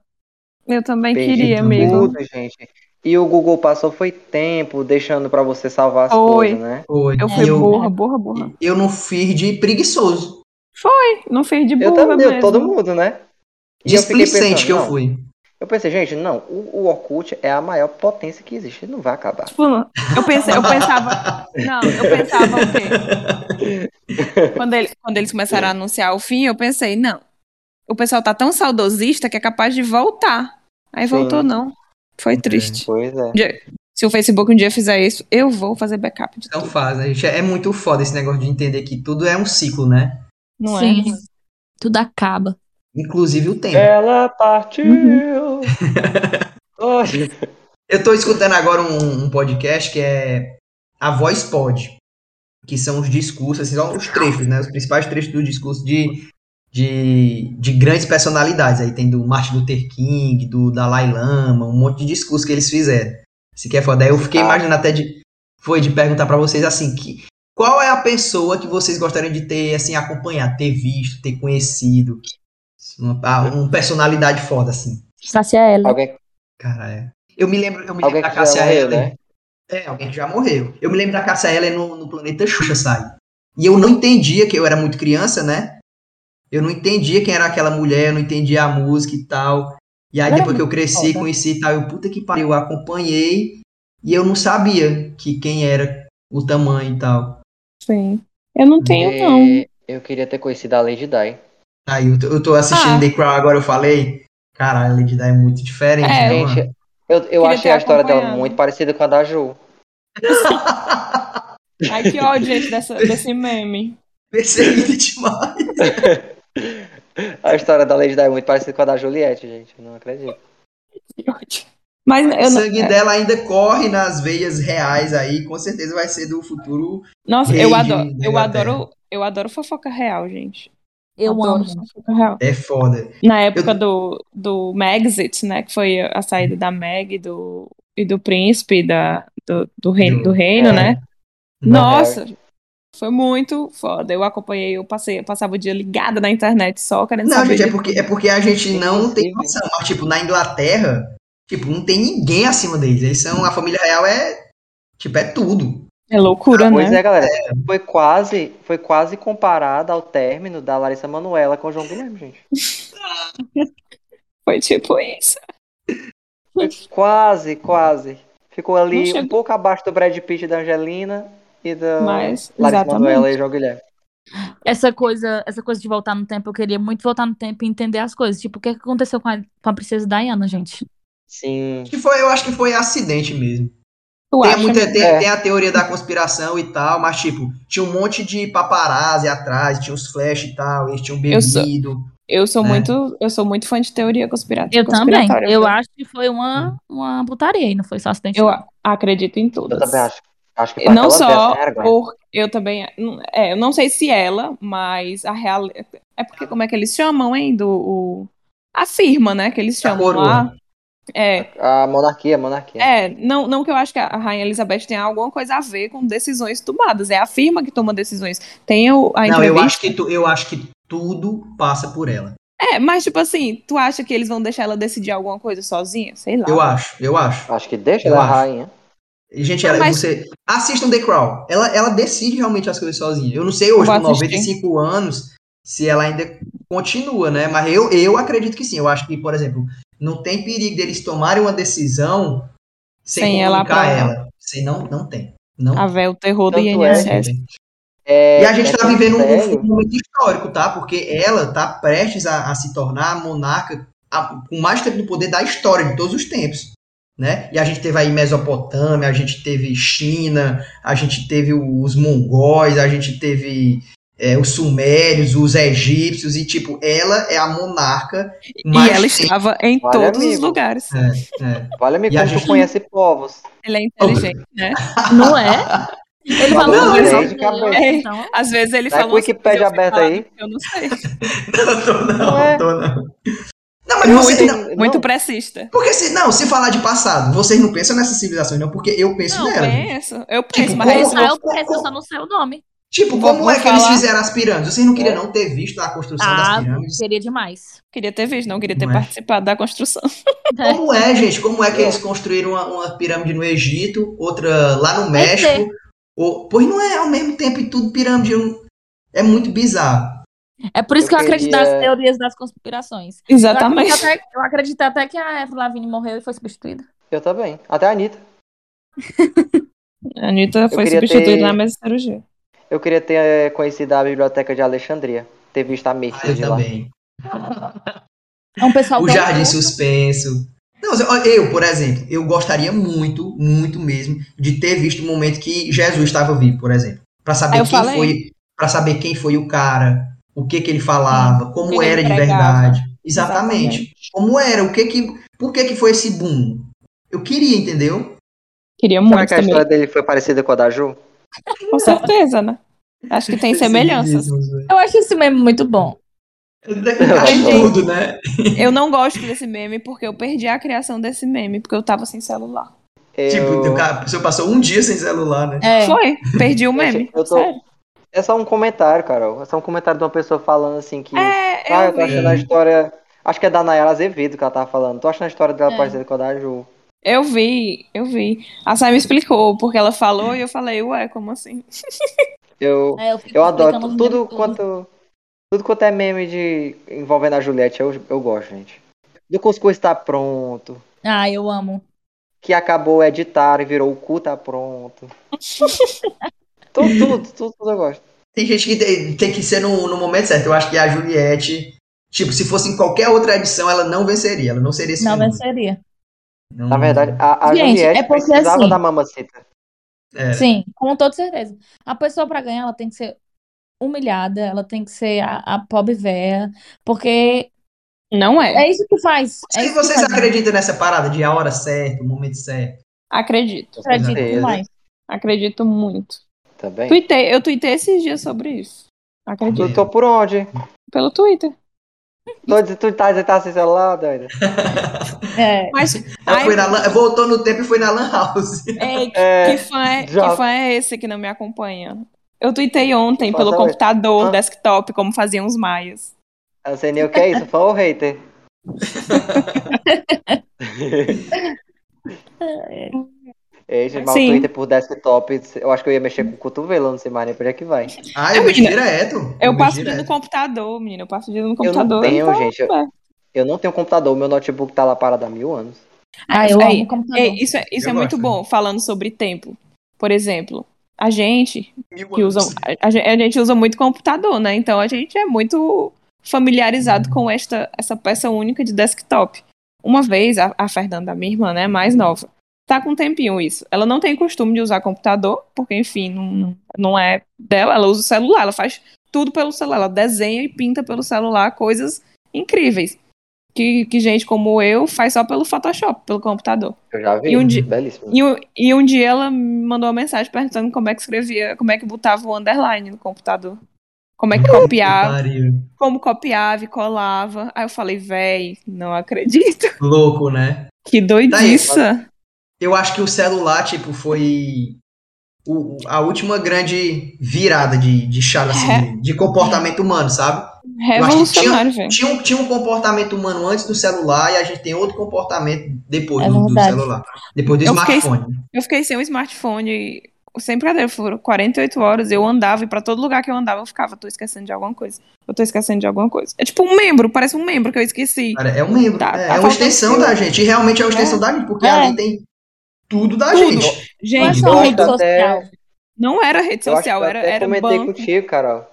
[SPEAKER 3] Eu também
[SPEAKER 4] Perdi
[SPEAKER 3] queria,
[SPEAKER 2] tudo.
[SPEAKER 3] amigo.
[SPEAKER 4] Tudo, gente. E o Google passou foi tempo deixando pra você salvar as
[SPEAKER 3] Foi.
[SPEAKER 4] coisas, né?
[SPEAKER 2] Foi.
[SPEAKER 3] Eu
[SPEAKER 2] E
[SPEAKER 3] fui
[SPEAKER 2] eu-
[SPEAKER 3] burra, burra, burra.
[SPEAKER 2] eu não fiz de preguiçoso.
[SPEAKER 3] Não fez de burra
[SPEAKER 4] Eu também, eu-
[SPEAKER 3] mesmo.
[SPEAKER 4] todo mundo, né? E eu fiquei
[SPEAKER 2] Displicente
[SPEAKER 4] pensando,
[SPEAKER 2] que eu
[SPEAKER 4] não,
[SPEAKER 2] fui.
[SPEAKER 4] Eu pensei, gente, não, o, o Orkut é a maior potência que existe, ele não vai acabar.
[SPEAKER 3] Tipo, eu, pensei, eu pensava. Não, eu pensava o quê? Quando, ele- quando eles começaram a anunciar o fim, eu pensei, não. O pessoal tá tão saudosista que é capaz de voltar. Aí
[SPEAKER 4] Sim.
[SPEAKER 3] voltou, não. Foi triste.
[SPEAKER 4] Pois é.
[SPEAKER 3] Se o Facebook um dia fizer isso, eu vou fazer backup de
[SPEAKER 2] Então
[SPEAKER 3] tudo.
[SPEAKER 2] faz, né? gente? É muito foda esse negócio de entender que tudo é um ciclo, né?
[SPEAKER 3] Não
[SPEAKER 6] Sim.
[SPEAKER 3] é?
[SPEAKER 6] Tudo acaba.
[SPEAKER 2] Inclusive o tempo.
[SPEAKER 4] Ela partiu.
[SPEAKER 2] Eu tô escutando agora um, um podcast que é A Voz Pod, que são os discursos, assim, só os trechos, né? Os principais trechos do discurso de, de, de grandes personalidades. Aí tem do Martin Luther King, do Dalai Lama, um monte de discurso que eles fizeram. Se quer foda. Aí eu fiquei
[SPEAKER 4] Ah.
[SPEAKER 2] imaginando até de. Foi de perguntar pra vocês assim, que, qual é a pessoa que vocês gostariam de ter, assim, acompanhado, ter visto, ter conhecido? Uma, ah, uma personalidade foda, assim.
[SPEAKER 6] Tracia ela.
[SPEAKER 4] Alguém,
[SPEAKER 2] Cara, é. Eu me lembro, eu me lembro
[SPEAKER 4] alguém
[SPEAKER 2] da
[SPEAKER 4] que já
[SPEAKER 2] Cássia
[SPEAKER 4] morreu,
[SPEAKER 2] Eller.
[SPEAKER 4] né?
[SPEAKER 2] É, alguém que já morreu. Eu me lembro da Cássia Eller no, no Planeta Xuxa, sabe? E eu não entendia, que eu era muito criança, né? Eu não entendia quem era aquela mulher, eu não entendia a música e tal. E aí,
[SPEAKER 6] Ela era
[SPEAKER 2] depois que eu cresci,
[SPEAKER 6] foda.
[SPEAKER 2] conheci e tal, eu, puta que pariu, eu acompanhei e eu não sabia que quem era o tamanho e tal.
[SPEAKER 3] Sim. Eu não tenho, não.
[SPEAKER 4] E É, Eu queria ter conhecido a Lady Di.
[SPEAKER 2] Aí eu, tô- eu tô assistindo
[SPEAKER 3] Ah.
[SPEAKER 2] The Crown agora, eu falei, caralho, a Lady Di é muito diferente,
[SPEAKER 3] É,
[SPEAKER 2] né,
[SPEAKER 4] gente,
[SPEAKER 2] mano?
[SPEAKER 4] eu, eu
[SPEAKER 3] ter
[SPEAKER 4] achei a história dela
[SPEAKER 3] acompanhado.
[SPEAKER 4] muito parecida com a da Ju.
[SPEAKER 3] Ai, que ódio, gente, dessa, desse meme.
[SPEAKER 2] Perseguido demais.
[SPEAKER 4] A história da Lady Di é muito parecida com a da Juliette, gente. Eu não acredito.
[SPEAKER 3] Mas
[SPEAKER 2] O
[SPEAKER 3] eu não-
[SPEAKER 2] sangue dela ainda corre nas veias reais aí, com certeza vai ser do futuro.
[SPEAKER 3] Nossa,
[SPEAKER 2] Rei
[SPEAKER 3] eu
[SPEAKER 2] de
[SPEAKER 3] adoro, eu
[SPEAKER 2] Inglaterra.
[SPEAKER 3] adoro, eu adoro fofoca real, gente.
[SPEAKER 5] Eu
[SPEAKER 3] adoro
[SPEAKER 5] amo.
[SPEAKER 3] fofoca real.
[SPEAKER 2] É foda.
[SPEAKER 3] Na época do, do Megxit, né? Que foi a saída da Meg e do, e do príncipe da, do, do reino, do reino
[SPEAKER 4] É.
[SPEAKER 3] né?
[SPEAKER 2] Não,
[SPEAKER 3] Nossa,
[SPEAKER 4] É,
[SPEAKER 3] foi muito foda. Eu acompanhei, eu passei, eu passava o dia ligada na internet só querendo
[SPEAKER 2] Não,
[SPEAKER 3] saber.
[SPEAKER 2] gente, é
[SPEAKER 3] de-
[SPEAKER 2] porque, é porque a gente não tem noção. Mas, tipo, na Inglaterra, tipo, não tem ninguém acima deles. Eles são. A família real é. Tipo, é tudo.
[SPEAKER 3] É loucura,
[SPEAKER 4] Pois
[SPEAKER 3] né?
[SPEAKER 4] é, galera. Foi quase, foi quase comparada ao término da Larissa Manoela com o João Guilherme, gente.
[SPEAKER 3] Foi tipo isso.
[SPEAKER 4] Foi quase, quase. Ficou
[SPEAKER 3] Não
[SPEAKER 4] ali
[SPEAKER 3] chegou.
[SPEAKER 4] um pouco abaixo do Brad Pitt e da Angelina e da
[SPEAKER 3] Mas,
[SPEAKER 4] Ah, Larissa Manoela e
[SPEAKER 3] exatamente.
[SPEAKER 4] João Guilherme.
[SPEAKER 6] Essa coisa, essa coisa de voltar no tempo, eu queria muito voltar no tempo e entender as coisas. Tipo, o que que aconteceu com a, com a princesa Diana, gente?
[SPEAKER 4] Sim.
[SPEAKER 2] Acho Que foi, eu acho que foi acidente mesmo.
[SPEAKER 3] Tu
[SPEAKER 2] Tem,
[SPEAKER 3] acha?
[SPEAKER 2] muita, tem,
[SPEAKER 4] É.
[SPEAKER 2] tem a teoria da conspiração e tal, mas, tipo, tinha um monte de paparazzi atrás, tinha uns flash e tal, eles tinham
[SPEAKER 3] Eu sou-
[SPEAKER 2] bebido.
[SPEAKER 3] Eu sou
[SPEAKER 2] É.
[SPEAKER 3] muito, eu sou muito fã de teoria conspira-
[SPEAKER 6] Eu também.
[SPEAKER 3] conspiratória.
[SPEAKER 6] Eu acho que foi uma, uma putaria e não foi só acidente.
[SPEAKER 3] Eu
[SPEAKER 6] não.
[SPEAKER 3] a- acredito em
[SPEAKER 4] Eu
[SPEAKER 3] todas.
[SPEAKER 4] também acho. Acho que
[SPEAKER 3] E Não
[SPEAKER 4] aquela
[SPEAKER 3] só
[SPEAKER 4] peça, né, Aragão?
[SPEAKER 3] por eu também, é, eu não sei se ela, mas a real é porque como é que eles chamam, hein, do o- a firma, né, que eles
[SPEAKER 2] A
[SPEAKER 3] chamam
[SPEAKER 2] coroa.
[SPEAKER 3] lá. É,
[SPEAKER 4] A monarquia, a monarquia.
[SPEAKER 3] é, não, não que eu acho que a rainha Elizabeth tenha alguma coisa a ver com decisões tomadas, é a firma que toma decisões. Tem o, a
[SPEAKER 2] Não, eu
[SPEAKER 3] entrevista.
[SPEAKER 2] acho, que tu- eu acho que tudo passa por ela.
[SPEAKER 3] É, mas tipo assim, tu acha que eles vão deixar ela decidir alguma coisa sozinha? Sei lá.
[SPEAKER 2] Eu acho, eu acho.
[SPEAKER 4] Acho que deixa
[SPEAKER 2] Eu
[SPEAKER 4] ela
[SPEAKER 2] acho.
[SPEAKER 4] rainha.
[SPEAKER 2] Gente, ela,
[SPEAKER 3] Mas-
[SPEAKER 2] você assistam The Crown. Ela, ela decide realmente as coisas sozinha. Eu não sei
[SPEAKER 3] Eu
[SPEAKER 2] hoje,
[SPEAKER 3] vou
[SPEAKER 2] com
[SPEAKER 3] assistir.
[SPEAKER 2] 95 anos, se ela ainda continua, né? Mas eu, eu acredito que sim. Eu acho que, por exemplo, não tem perigo deles tomarem uma decisão sem,
[SPEAKER 3] Sem ela
[SPEAKER 2] comunicar
[SPEAKER 3] aprovar.
[SPEAKER 2] ela. Sem- não, não tem. Não
[SPEAKER 3] A véu, o terror do
[SPEAKER 4] Tanto é,
[SPEAKER 3] INSS.
[SPEAKER 2] tem.
[SPEAKER 4] É,
[SPEAKER 2] E a gente tá
[SPEAKER 4] nessa
[SPEAKER 2] vivendo um,
[SPEAKER 4] série,
[SPEAKER 2] um momento histórico, tá? Porque ela tá prestes a, a se tornar a monarca a- com mais tempo no poder da história de todos os tempos, né? E a gente teve aí Mesopotâmia, a gente teve China, a gente teve o- os mongóis, a gente teve é, os sumérios, os egípcios e tipo ela é a monarca mais né?
[SPEAKER 3] E ela estava em
[SPEAKER 4] Olha,
[SPEAKER 3] todos os
[SPEAKER 4] amigo.
[SPEAKER 3] lugares.
[SPEAKER 4] Olha-me
[SPEAKER 2] E a
[SPEAKER 4] como
[SPEAKER 2] gente-
[SPEAKER 4] tu conhece povos.
[SPEAKER 3] Ela é inteligente, né?
[SPEAKER 6] Não é? Ele falou
[SPEAKER 2] Não,
[SPEAKER 6] uma
[SPEAKER 2] ele
[SPEAKER 6] coisa
[SPEAKER 4] é de cabeça.
[SPEAKER 6] anterior, então.
[SPEAKER 3] Às vezes ele
[SPEAKER 4] Tá
[SPEAKER 3] fala.
[SPEAKER 4] com o
[SPEAKER 3] umas coisas,
[SPEAKER 4] Wikipedia
[SPEAKER 3] eu fico
[SPEAKER 4] aberta
[SPEAKER 3] lá,
[SPEAKER 4] aí?
[SPEAKER 3] Eu não sei.
[SPEAKER 2] não, tô não,
[SPEAKER 4] Não é?
[SPEAKER 2] tô não. Não, mas
[SPEAKER 3] Muito,
[SPEAKER 2] você, não,
[SPEAKER 3] muito
[SPEAKER 4] não.
[SPEAKER 3] pressista.
[SPEAKER 2] porque se não, se falar de passado, vocês não pensam nessas civilizações, não, porque eu penso
[SPEAKER 3] Não, eu
[SPEAKER 2] nela.
[SPEAKER 3] penso. Eu penso,
[SPEAKER 2] Tipo,
[SPEAKER 3] mas
[SPEAKER 2] como-
[SPEAKER 3] aí
[SPEAKER 6] Pensa,
[SPEAKER 3] só-
[SPEAKER 6] eu penso, eu só não sei o nome.
[SPEAKER 2] Tipo,
[SPEAKER 3] Vou-
[SPEAKER 2] como
[SPEAKER 3] vou
[SPEAKER 2] é que eles
[SPEAKER 3] falar-
[SPEAKER 2] fizeram as pirâmides? Vocês não queriam não ter visto a construção
[SPEAKER 6] Ah,
[SPEAKER 2] das pirâmides?
[SPEAKER 6] seria demais.
[SPEAKER 3] queria ter visto, não queria ter
[SPEAKER 2] Não é.
[SPEAKER 3] participado da construção.
[SPEAKER 2] Como é, gente? Como é que
[SPEAKER 4] É.
[SPEAKER 2] eles construíram uma, uma pirâmide no Egito, outra lá no
[SPEAKER 6] Vai ser.
[SPEAKER 2] México? Ou- pois não é ao mesmo tempo e tudo pirâmide. eu não- É muito bizarro.
[SPEAKER 6] É por isso
[SPEAKER 4] Eu
[SPEAKER 6] que eu acredito
[SPEAKER 4] queria-
[SPEAKER 6] nas teorias das conspirações. Eu
[SPEAKER 3] Exatamente.
[SPEAKER 6] acredito, até, eu acredito até que a Avril Lavigne morreu e foi substituída.
[SPEAKER 4] Eu também. Até a Anitta.
[SPEAKER 3] A Anitta foi
[SPEAKER 4] queria
[SPEAKER 3] substituída
[SPEAKER 4] ter-
[SPEAKER 3] na mesa de cirurgia.
[SPEAKER 4] Eu queria ter eh, conhecido a biblioteca de Alexandria. Ter visto a
[SPEAKER 2] Ah,
[SPEAKER 4] Mirta
[SPEAKER 2] eu
[SPEAKER 4] de lá.
[SPEAKER 2] também.
[SPEAKER 6] É um pessoal
[SPEAKER 2] O
[SPEAKER 6] tão
[SPEAKER 2] jardim
[SPEAKER 6] fofo.
[SPEAKER 2] suspenso. Não, mas eu- eu, por exemplo, eu gostaria muito, muito mesmo, de ter visto o momento que Jesus estava vivo, por exemplo. Pra saber
[SPEAKER 3] Aí eu
[SPEAKER 2] quem
[SPEAKER 3] falei.
[SPEAKER 2] foi, para saber quem foi o cara, o que que ele falava, como
[SPEAKER 3] que ele
[SPEAKER 2] era de
[SPEAKER 3] pregava.
[SPEAKER 2] verdade. Exatamente. Como era, o que que, por que que foi esse boom? Eu queria, entendeu?
[SPEAKER 3] Queria
[SPEAKER 6] é
[SPEAKER 4] Será
[SPEAKER 3] muito
[SPEAKER 4] que a
[SPEAKER 3] também.
[SPEAKER 4] história dele foi parecida com a da Ju?
[SPEAKER 3] Com certeza, né? Acho que tem semelhanças.
[SPEAKER 6] Eu acho esse meme muito bom.
[SPEAKER 2] Encaixa
[SPEAKER 4] Gente.
[SPEAKER 2] tudo, né?
[SPEAKER 3] Eu não gosto desse meme porque eu perdi a criação desse meme, porque eu tava sem celular.
[SPEAKER 4] Eu...
[SPEAKER 2] Tipo, o cara, a pessoa passou um dia sem celular, né?
[SPEAKER 6] É.
[SPEAKER 3] Foi, perdi o meme.
[SPEAKER 4] Eu tô-
[SPEAKER 3] Sério.
[SPEAKER 4] É só um comentário, Carol. É só um comentário de uma pessoa falando assim que.
[SPEAKER 3] É,
[SPEAKER 4] ah,
[SPEAKER 3] eu
[SPEAKER 4] eu tô
[SPEAKER 3] vi.
[SPEAKER 4] achando a história. Acho que é da Nayara Azevedo que ela tava falando. Tô achando a história dela
[SPEAKER 6] É.
[SPEAKER 4] parecida com a da Ju.
[SPEAKER 3] Eu vi, eu vi. A Sai me explicou, porque ela falou e eu falei, ué, como assim?
[SPEAKER 4] Eu,
[SPEAKER 6] É, eu, fico
[SPEAKER 4] eu adoro
[SPEAKER 6] explicando os
[SPEAKER 4] tudo
[SPEAKER 6] memes todos.
[SPEAKER 4] quanto. Tudo quanto é meme de envolvendo a Juliette, eu, eu gosto, gente. Do cuscuz tá pronto.
[SPEAKER 6] Ah, eu amo.
[SPEAKER 4] que acabou editar e virou o cu tá pronto. tudo, tudo, tudo, tudo eu gosto.
[SPEAKER 2] Tem gente que tem, tem que ser no, no momento certo. Eu acho que a Juliette, tipo, se fosse em qualquer outra edição, ela não venceria. Ela não seria esse
[SPEAKER 6] Não
[SPEAKER 2] fenômeno.
[SPEAKER 6] venceria.
[SPEAKER 2] Não-
[SPEAKER 4] Na verdade, a, a
[SPEAKER 6] Gente,
[SPEAKER 4] Juliette
[SPEAKER 6] é porque
[SPEAKER 4] precisava
[SPEAKER 6] assim-
[SPEAKER 4] da mamacita.
[SPEAKER 2] É.
[SPEAKER 6] Sim, com toda certeza. A pessoa pra ganhar, ela tem que ser humilhada, ela tem que ser a, a pobre véia, porque
[SPEAKER 3] Não é.
[SPEAKER 6] é isso que faz. É
[SPEAKER 2] Se
[SPEAKER 6] isso que
[SPEAKER 2] vocês
[SPEAKER 6] faz.
[SPEAKER 2] acreditam nessa parada de a hora certa, o momento certo.
[SPEAKER 3] Acredito.
[SPEAKER 6] Acredito
[SPEAKER 4] Certeza.
[SPEAKER 6] demais.
[SPEAKER 3] Acredito muito.
[SPEAKER 4] Também.
[SPEAKER 3] Tuitei, eu tuitei esses dias sobre isso. Acredito.
[SPEAKER 4] Tu tô por onde?
[SPEAKER 3] Pelo Twitter.
[SPEAKER 4] Tô, de- tu tá, você tá sem celular, doida?
[SPEAKER 6] É,
[SPEAKER 3] Mas.
[SPEAKER 4] Tá
[SPEAKER 2] Ela
[SPEAKER 3] ai,
[SPEAKER 2] foi na lan- voltou no tempo e foi na Lan House.
[SPEAKER 3] ei, que,
[SPEAKER 4] É.
[SPEAKER 3] que fã é,
[SPEAKER 4] já-
[SPEAKER 3] que fã é esse que não me acompanha? Eu tuitei ontem
[SPEAKER 4] Fala
[SPEAKER 3] pelo
[SPEAKER 4] oi.
[SPEAKER 3] computador,
[SPEAKER 4] Ah.
[SPEAKER 3] desktop, como faziam os maias.
[SPEAKER 4] Eu não sei nem o que é isso, fã ou hater? Ei, gente, mas o
[SPEAKER 3] Sim.
[SPEAKER 4] Twitter por desktop, eu acho que eu ia mexer com o cotovelo, eu não sei mais nem pra onde é que vai.
[SPEAKER 2] Ai,
[SPEAKER 3] Eu,
[SPEAKER 2] eu mexo
[SPEAKER 3] menina,
[SPEAKER 2] direto.
[SPEAKER 3] Eu
[SPEAKER 2] mexo
[SPEAKER 3] passo o dia no
[SPEAKER 2] direto.
[SPEAKER 3] computador, menina. Eu passo o dia no computador.
[SPEAKER 4] eu não tenho,
[SPEAKER 3] então,
[SPEAKER 4] gente. Eu,
[SPEAKER 3] é.
[SPEAKER 4] eu não tenho computador, meu notebook tá lá parado há mil anos.
[SPEAKER 6] Ah, eu
[SPEAKER 3] Aí,
[SPEAKER 6] amo
[SPEAKER 5] Então, tá
[SPEAKER 6] computador.
[SPEAKER 3] é, isso é, isso
[SPEAKER 2] Eu
[SPEAKER 3] é muito
[SPEAKER 2] gosto.
[SPEAKER 3] bom, falando sobre tempo. Por exemplo, a gente
[SPEAKER 2] Mil
[SPEAKER 3] que usa,
[SPEAKER 2] anos.
[SPEAKER 3] a, a gen- a gente usa muito computador, né? Então a gente é muito familiarizado
[SPEAKER 2] Uhum.
[SPEAKER 3] com esta, essa peça única de desktop. Uma vez, a, a Fernanda, minha irmã, né, mais nova, tá com um tempinho isso. Ela não tem costume de usar computador, porque, enfim, não, não é dela. Ela usa o celular, ela faz tudo pelo celular. Ela desenha e pinta pelo celular coisas incríveis. Que, que gente como eu faz só pelo Photoshop, pelo computador.
[SPEAKER 4] Eu já vi,
[SPEAKER 3] E um dia-
[SPEAKER 4] belíssimo.
[SPEAKER 3] E, um- e um dia ela me mandou uma mensagem perguntando como é que escrevia, como é que botava o underline no computador. Como é que copiava,
[SPEAKER 2] Pariu.
[SPEAKER 3] como copiava e colava. Aí eu falei, véi, não acredito.
[SPEAKER 2] Louco, né?
[SPEAKER 3] Que
[SPEAKER 4] Tá
[SPEAKER 3] doidiça.
[SPEAKER 2] Eu acho que o celular, tipo, foi o- o- a última grande virada de, de chave, assim, de- de comportamento humano, sabe?
[SPEAKER 3] Revolucionário, velho.
[SPEAKER 2] Tinha um, tinha um comportamento humano antes do celular e a gente tem outro comportamento depois
[SPEAKER 6] É
[SPEAKER 2] do, do
[SPEAKER 6] verdade.
[SPEAKER 2] celular. Depois do
[SPEAKER 3] Eu fiquei-
[SPEAKER 2] smartphone.
[SPEAKER 3] Eu fiquei sem um smartphone, sem brincadeira, foram 48 horas, eu andava e pra todo lugar que eu andava eu ficava, tô esquecendo de alguma coisa, eu tô esquecendo de alguma coisa. É tipo um membro, parece um membro que eu esqueci.
[SPEAKER 2] Cara, é um membro. é,
[SPEAKER 3] Tá- tá
[SPEAKER 2] é uma
[SPEAKER 3] faltando
[SPEAKER 2] extensão
[SPEAKER 3] eu.
[SPEAKER 2] da gente. E realmente é uma extensão da gente, porque
[SPEAKER 6] É.
[SPEAKER 2] ali tem tudo da
[SPEAKER 3] Tudo.
[SPEAKER 2] gente.
[SPEAKER 6] Não é
[SPEAKER 3] Gente,
[SPEAKER 6] só
[SPEAKER 4] Eu
[SPEAKER 6] uma
[SPEAKER 4] acho
[SPEAKER 6] rede
[SPEAKER 4] que até-
[SPEAKER 6] social.
[SPEAKER 3] não era rede
[SPEAKER 4] Eu acho que eu
[SPEAKER 3] social, era,
[SPEAKER 4] até
[SPEAKER 3] era um
[SPEAKER 4] comentei
[SPEAKER 3] banco.
[SPEAKER 4] contigo, Carol.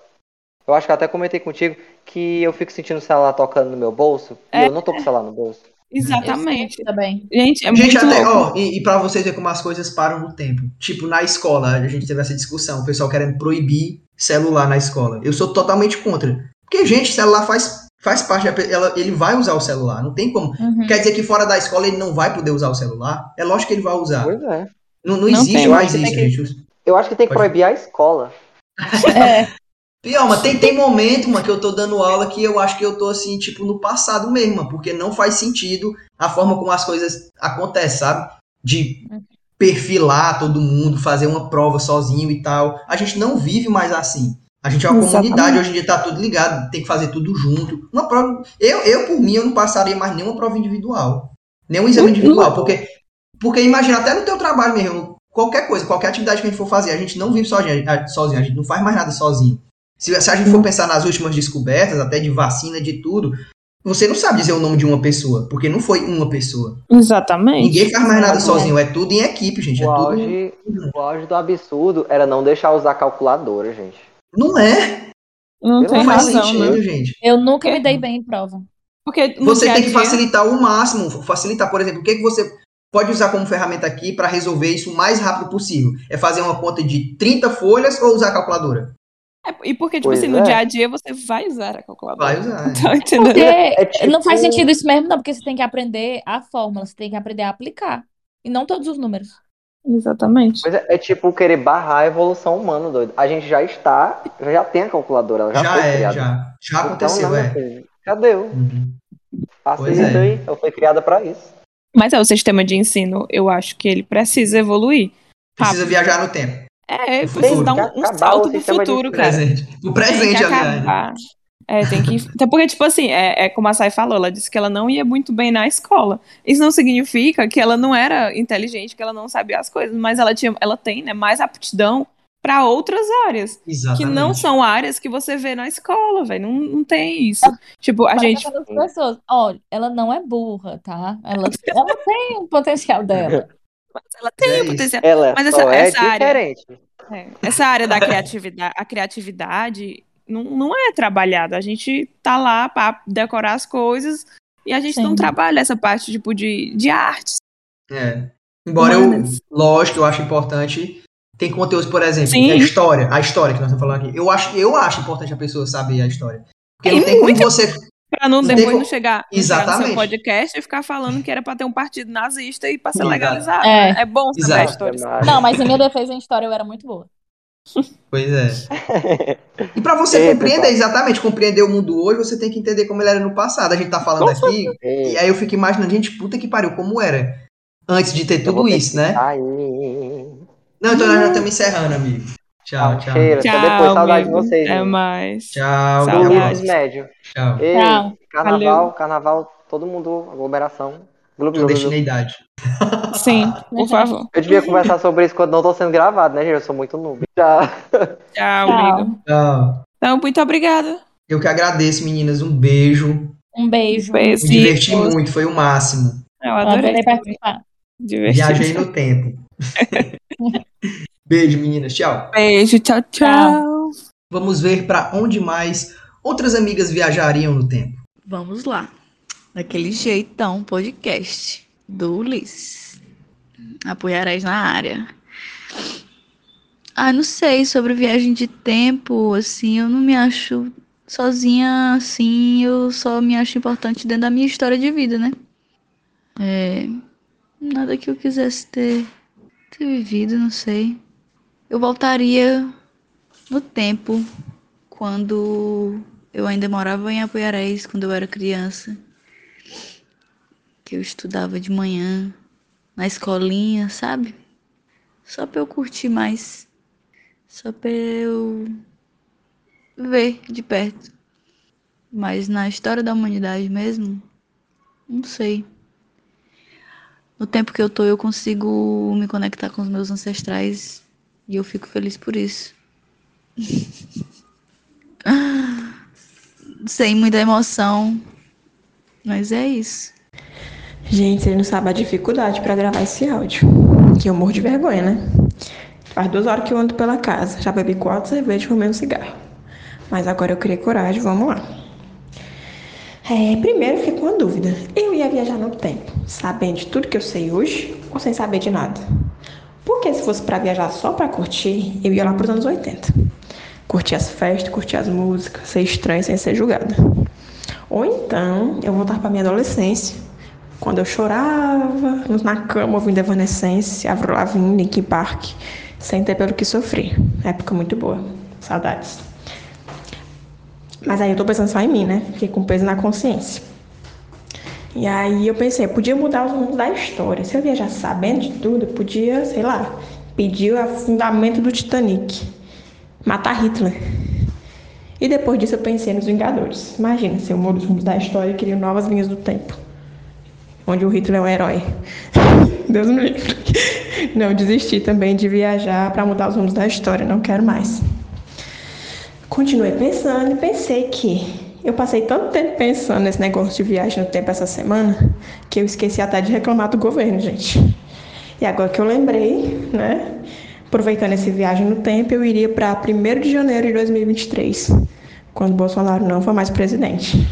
[SPEAKER 4] Eu acho que eu até comentei contigo que eu fico sentindo o celular tocando no meu bolso e
[SPEAKER 3] É.
[SPEAKER 4] eu não tô com o celular no bolso.
[SPEAKER 3] Exatamente.
[SPEAKER 6] Eu também.
[SPEAKER 3] Gente, é
[SPEAKER 2] gente,
[SPEAKER 3] muito
[SPEAKER 2] até,
[SPEAKER 3] louco.
[SPEAKER 2] ó, e, e pra vocês verem como as coisas param no tempo. Tipo, na escola, a gente teve essa discussão, o pessoal querendo proibir celular na escola. Eu sou totalmente contra. Porque, gente, celular faz, faz parte, da pe- ela, ele vai usar o celular, não tem
[SPEAKER 3] Hum.
[SPEAKER 2] como.
[SPEAKER 6] Uhum.
[SPEAKER 2] Quer dizer que fora da escola ele não vai poder usar o celular? É lógico que ele vai usar.
[SPEAKER 4] Pois é.
[SPEAKER 2] Não, não
[SPEAKER 3] Não
[SPEAKER 2] existe
[SPEAKER 3] tem,
[SPEAKER 2] mais
[SPEAKER 4] você tem
[SPEAKER 2] isso,
[SPEAKER 4] que-
[SPEAKER 2] gente.
[SPEAKER 4] Eu acho que tem que
[SPEAKER 2] Pode-
[SPEAKER 4] proibir a escola.
[SPEAKER 6] É,
[SPEAKER 2] Pior, mas tem, tem momento, mano, que eu tô dando aula que eu acho que eu tô, assim, tipo, no passado mesmo, mano, porque não faz sentido a forma como as coisas acontecem, sabe? De perfilar todo mundo, fazer uma prova sozinho e tal. A gente não vive mais assim. A gente é uma
[SPEAKER 3] Exatamente.
[SPEAKER 2] comunidade, hoje em dia tá tudo ligado, tem que fazer tudo junto. Uma prova... Eu, eu por mim, eu não passaria mais nenhuma prova individual. Nenhum exame
[SPEAKER 3] Uhum.
[SPEAKER 2] individual, porque... Porque imagina, até no teu trabalho mesmo, qualquer coisa, qualquer atividade que a gente for fazer, a gente não vive sozinho, a- sozinho, a gente não faz mais nada sozinho. Se, se a gente
[SPEAKER 3] Uhum.
[SPEAKER 2] for pensar nas últimas descobertas, até de vacina, de tudo, você não sabe dizer o nome de uma pessoa, porque não foi uma pessoa.
[SPEAKER 3] Exatamente.
[SPEAKER 2] Ninguém faz mais nada
[SPEAKER 6] Exatamente.
[SPEAKER 2] sozinho, é tudo em equipe, gente. É
[SPEAKER 4] O
[SPEAKER 2] tudo.
[SPEAKER 4] auge, o auge do absurdo era não deixar usar calculadora, gente.
[SPEAKER 2] Não é,
[SPEAKER 3] Não
[SPEAKER 4] Não
[SPEAKER 3] tem
[SPEAKER 2] não faz
[SPEAKER 3] razão,
[SPEAKER 2] sentido,
[SPEAKER 3] né?
[SPEAKER 2] gente.
[SPEAKER 6] eu nunca
[SPEAKER 3] Porque-
[SPEAKER 6] me dei bem em prova.
[SPEAKER 3] Porque no
[SPEAKER 2] Você
[SPEAKER 3] dia a
[SPEAKER 2] tem que
[SPEAKER 3] dia-
[SPEAKER 2] facilitar o máximo, facilitar, por exemplo, o que, que você pode usar como ferramenta aqui para resolver isso o mais rápido possível? É fazer uma conta de 30 folhas ou usar a calculadora?
[SPEAKER 3] É, E porque, tipo
[SPEAKER 4] Pois
[SPEAKER 3] assim,
[SPEAKER 4] é.
[SPEAKER 3] no dia a dia você vai usar a calculadora.
[SPEAKER 2] Vai usar. é.
[SPEAKER 3] Tá entendendo?
[SPEAKER 6] Porque
[SPEAKER 4] tipo-
[SPEAKER 6] É, não faz sentido isso mesmo, não, porque você tem que aprender a fórmula, você tem que aprender a aplicar. E não todos os números.
[SPEAKER 3] Exatamente.
[SPEAKER 4] Mas é, é tipo querer barrar a evolução humana, doido. A gente já está, já tem a calculadora, ela já,
[SPEAKER 2] Já,
[SPEAKER 4] foi
[SPEAKER 2] é,
[SPEAKER 4] criada.
[SPEAKER 2] já. Já
[SPEAKER 4] Então, um
[SPEAKER 2] aconteceu,
[SPEAKER 4] né,
[SPEAKER 2] é.
[SPEAKER 4] filho? Cadê? o-
[SPEAKER 2] Uhum. Pois
[SPEAKER 4] Facilita
[SPEAKER 2] é.
[SPEAKER 4] aí. Ela foi criada pra isso.
[SPEAKER 3] Mas é o sistema de ensino, eu acho que ele precisa evoluir.
[SPEAKER 2] Precisa viajar no tempo.
[SPEAKER 3] É,
[SPEAKER 2] No
[SPEAKER 3] precisa
[SPEAKER 2] futuro.
[SPEAKER 3] dar
[SPEAKER 4] Tem
[SPEAKER 3] um,
[SPEAKER 4] que
[SPEAKER 3] um
[SPEAKER 4] acabar
[SPEAKER 3] salto
[SPEAKER 4] o
[SPEAKER 3] pro
[SPEAKER 4] sistema de
[SPEAKER 3] futuro,
[SPEAKER 4] ensino.
[SPEAKER 3] cara.
[SPEAKER 2] Presente. O
[SPEAKER 3] Tem
[SPEAKER 2] presente,
[SPEAKER 3] que
[SPEAKER 2] aliás.
[SPEAKER 3] acabar. É, tem que. Até porque, tipo assim, é, é como a Sai falou, ela disse que ela não ia muito bem na escola. Isso não significa que ela não era inteligente, que ela não sabia as coisas, mas ela, tinha, ela tem né, mais aptidão para outras áreas. que
[SPEAKER 2] Exatamente.
[SPEAKER 3] não são áreas que você vê na escola, velho. Não, não tem isso. Tipo, a
[SPEAKER 6] Mas
[SPEAKER 3] gente.
[SPEAKER 6] eu falo às pessoas, olha, ela não é burra, tá? Ela, ela tem o potencial dela.
[SPEAKER 3] Ela tem
[SPEAKER 2] É
[SPEAKER 3] o potencial.
[SPEAKER 4] Ela
[SPEAKER 3] Mas
[SPEAKER 4] só
[SPEAKER 3] essa-
[SPEAKER 4] é
[SPEAKER 3] essa área-
[SPEAKER 4] diferente.
[SPEAKER 3] É, Essa área da criatividade, a criatividade não, não é trabalhada. A gente tá lá para decorar as coisas e a gente
[SPEAKER 6] Sim.
[SPEAKER 3] não trabalha essa parte tipo de, de artes.
[SPEAKER 2] É. Embora eu,
[SPEAKER 3] Humanas.
[SPEAKER 2] lógico, eu acho importante Tem conteúdos, por exemplo,
[SPEAKER 6] Sim.
[SPEAKER 2] que é a história, a história que nós estamos falando aqui. Eu acho, eu acho importante a pessoa saber a história. Porque não
[SPEAKER 6] Tem
[SPEAKER 2] tem como
[SPEAKER 6] muita
[SPEAKER 2] você
[SPEAKER 3] Pra não
[SPEAKER 2] Não
[SPEAKER 3] depois
[SPEAKER 2] tem-
[SPEAKER 3] não chegar, não chegar no
[SPEAKER 2] Exatamente.
[SPEAKER 3] seu podcast e ficar falando que era pra ter um partido nazista e pra ser
[SPEAKER 2] Exato.
[SPEAKER 3] legalizado.
[SPEAKER 6] É.
[SPEAKER 3] É, bom saber
[SPEAKER 2] Exato.
[SPEAKER 3] a história.
[SPEAKER 6] Não, mas em minha defesa em história eu era muito boa.
[SPEAKER 2] Pois é. E pra você
[SPEAKER 4] Ei,
[SPEAKER 2] compreender,
[SPEAKER 4] pessoal.
[SPEAKER 2] exatamente, compreender o mundo hoje, você tem que entender como ele era no passado. A gente tá falando aqui, e é- aí eu fico imaginando, gente, puta que pariu, como era antes de ter tudo isso, né?
[SPEAKER 4] Aí.
[SPEAKER 2] Não, então nós já estamos encerrando, amigo. Tchau, tchau.
[SPEAKER 4] Cheiro.
[SPEAKER 3] Tchau,
[SPEAKER 4] Até depois. Saudade de
[SPEAKER 3] amigo.
[SPEAKER 4] vocês.
[SPEAKER 3] É
[SPEAKER 4] viu?
[SPEAKER 3] mais.
[SPEAKER 2] Tchau,
[SPEAKER 3] Saudade.
[SPEAKER 2] até a
[SPEAKER 4] Lunes
[SPEAKER 2] próxima.
[SPEAKER 4] médio.
[SPEAKER 2] Tchau.
[SPEAKER 4] Ei,
[SPEAKER 6] Tchau,
[SPEAKER 4] carnaval,
[SPEAKER 6] valeu.
[SPEAKER 4] carnaval, todo mundo, aglomeração. Glu, glu, glu, glu.
[SPEAKER 2] Clandestinidade.
[SPEAKER 3] Sim, por favor.
[SPEAKER 4] Eu devia conversar sobre isso quando não tô sendo gravado, né, gente? Eu sou muito noob. Tchau.
[SPEAKER 3] Tchau,
[SPEAKER 6] Tchau.
[SPEAKER 3] amigo.
[SPEAKER 2] Tchau.
[SPEAKER 3] Então, muito obrigada.
[SPEAKER 2] Eu que agradeço, meninas. Um beijo.
[SPEAKER 6] Um beijo.
[SPEAKER 2] Me diverti muito, foi o máximo.
[SPEAKER 3] assim. Eu
[SPEAKER 6] Eu
[SPEAKER 3] adorei.
[SPEAKER 6] adorei participar.
[SPEAKER 2] Viajei
[SPEAKER 3] Diverti.
[SPEAKER 2] no tempo. beijo, meninas. Tchau.
[SPEAKER 3] Beijo, tchau, tchau.
[SPEAKER 2] Vamos ver pra onde mais outras amigas viajariam no tempo.
[SPEAKER 7] Vamos lá. Daquele jeitão, podcast do Ulisses. Apoiarás na área. Ah, não sei, sobre viagem de tempo, assim, eu não me acho sozinha, assim, eu só me acho importante dentro da minha história de vida, né? É, nada que eu quisesse ter, ter vivido, não sei. Eu voltaria no tempo, quando eu ainda morava em Apoiarés quando eu era criança. Que eu estudava de manhã, na escolinha, sabe? Só pra eu curtir mais. Só pra eu ver de perto. Mas na história da humanidade mesmo, não sei. No tempo que eu tô, eu consigo me conectar com os meus ancestrais e eu fico feliz por isso. sem muita emoção. Mas é isso.
[SPEAKER 8] Gente, vocês não sabem a dificuldade pra gravar esse áudio. Que eu morro de vergonha, né? Faz duas horas que eu ando pela casa. Já bebi quatro cervejas e fumei um cigarro. Mas agora eu criei coragem, vamos lá. É, primeiro eu fiquei com uma dúvida. Eu ia viajar no tempo, sabendo de tudo que eu sei hoje ou sem saber de nada? Porque se fosse pra viajar só pra curtir, eu ia lá pros anos 80. Curtir as festas, curtir as músicas, ser estranho sem ser julgada. Ou então eu voltar pra minha adolescência, quando eu chorava, na cama ouvindo Evanescence, Avril Lavigne, Linkin Park, sem ter pelo que sofrer. Época muito boa. Saudades. Mas aí eu tô pensando só em mim, né? Fiquei com peso na consciência. E aí eu pensei, eu podia mudar os rumos da história. Se eu viajar sabendo de tudo, eu podia, sei lá, pedir o afundamento do Titanic. Matar Hitler. E depois disso eu pensei nos Vingadores. Imagina, se eu mudo os rumos da história e crio novas linhas do tempo onde o Hitler é um herói. Deus me livre. Não, desisti também de viajar para mudar os rumos da história, não quero mais. Continuei pensando e pensei que eu passei tanto tempo pensando nesse negócio de viagem no tempo essa semana que eu esqueci até de reclamar do governo, gente. E agora que eu lembrei, né? Aproveitando essa viagem no tempo, eu iria para 1 de janeiro de 2023, quando Bolsonaro não for mais presidente.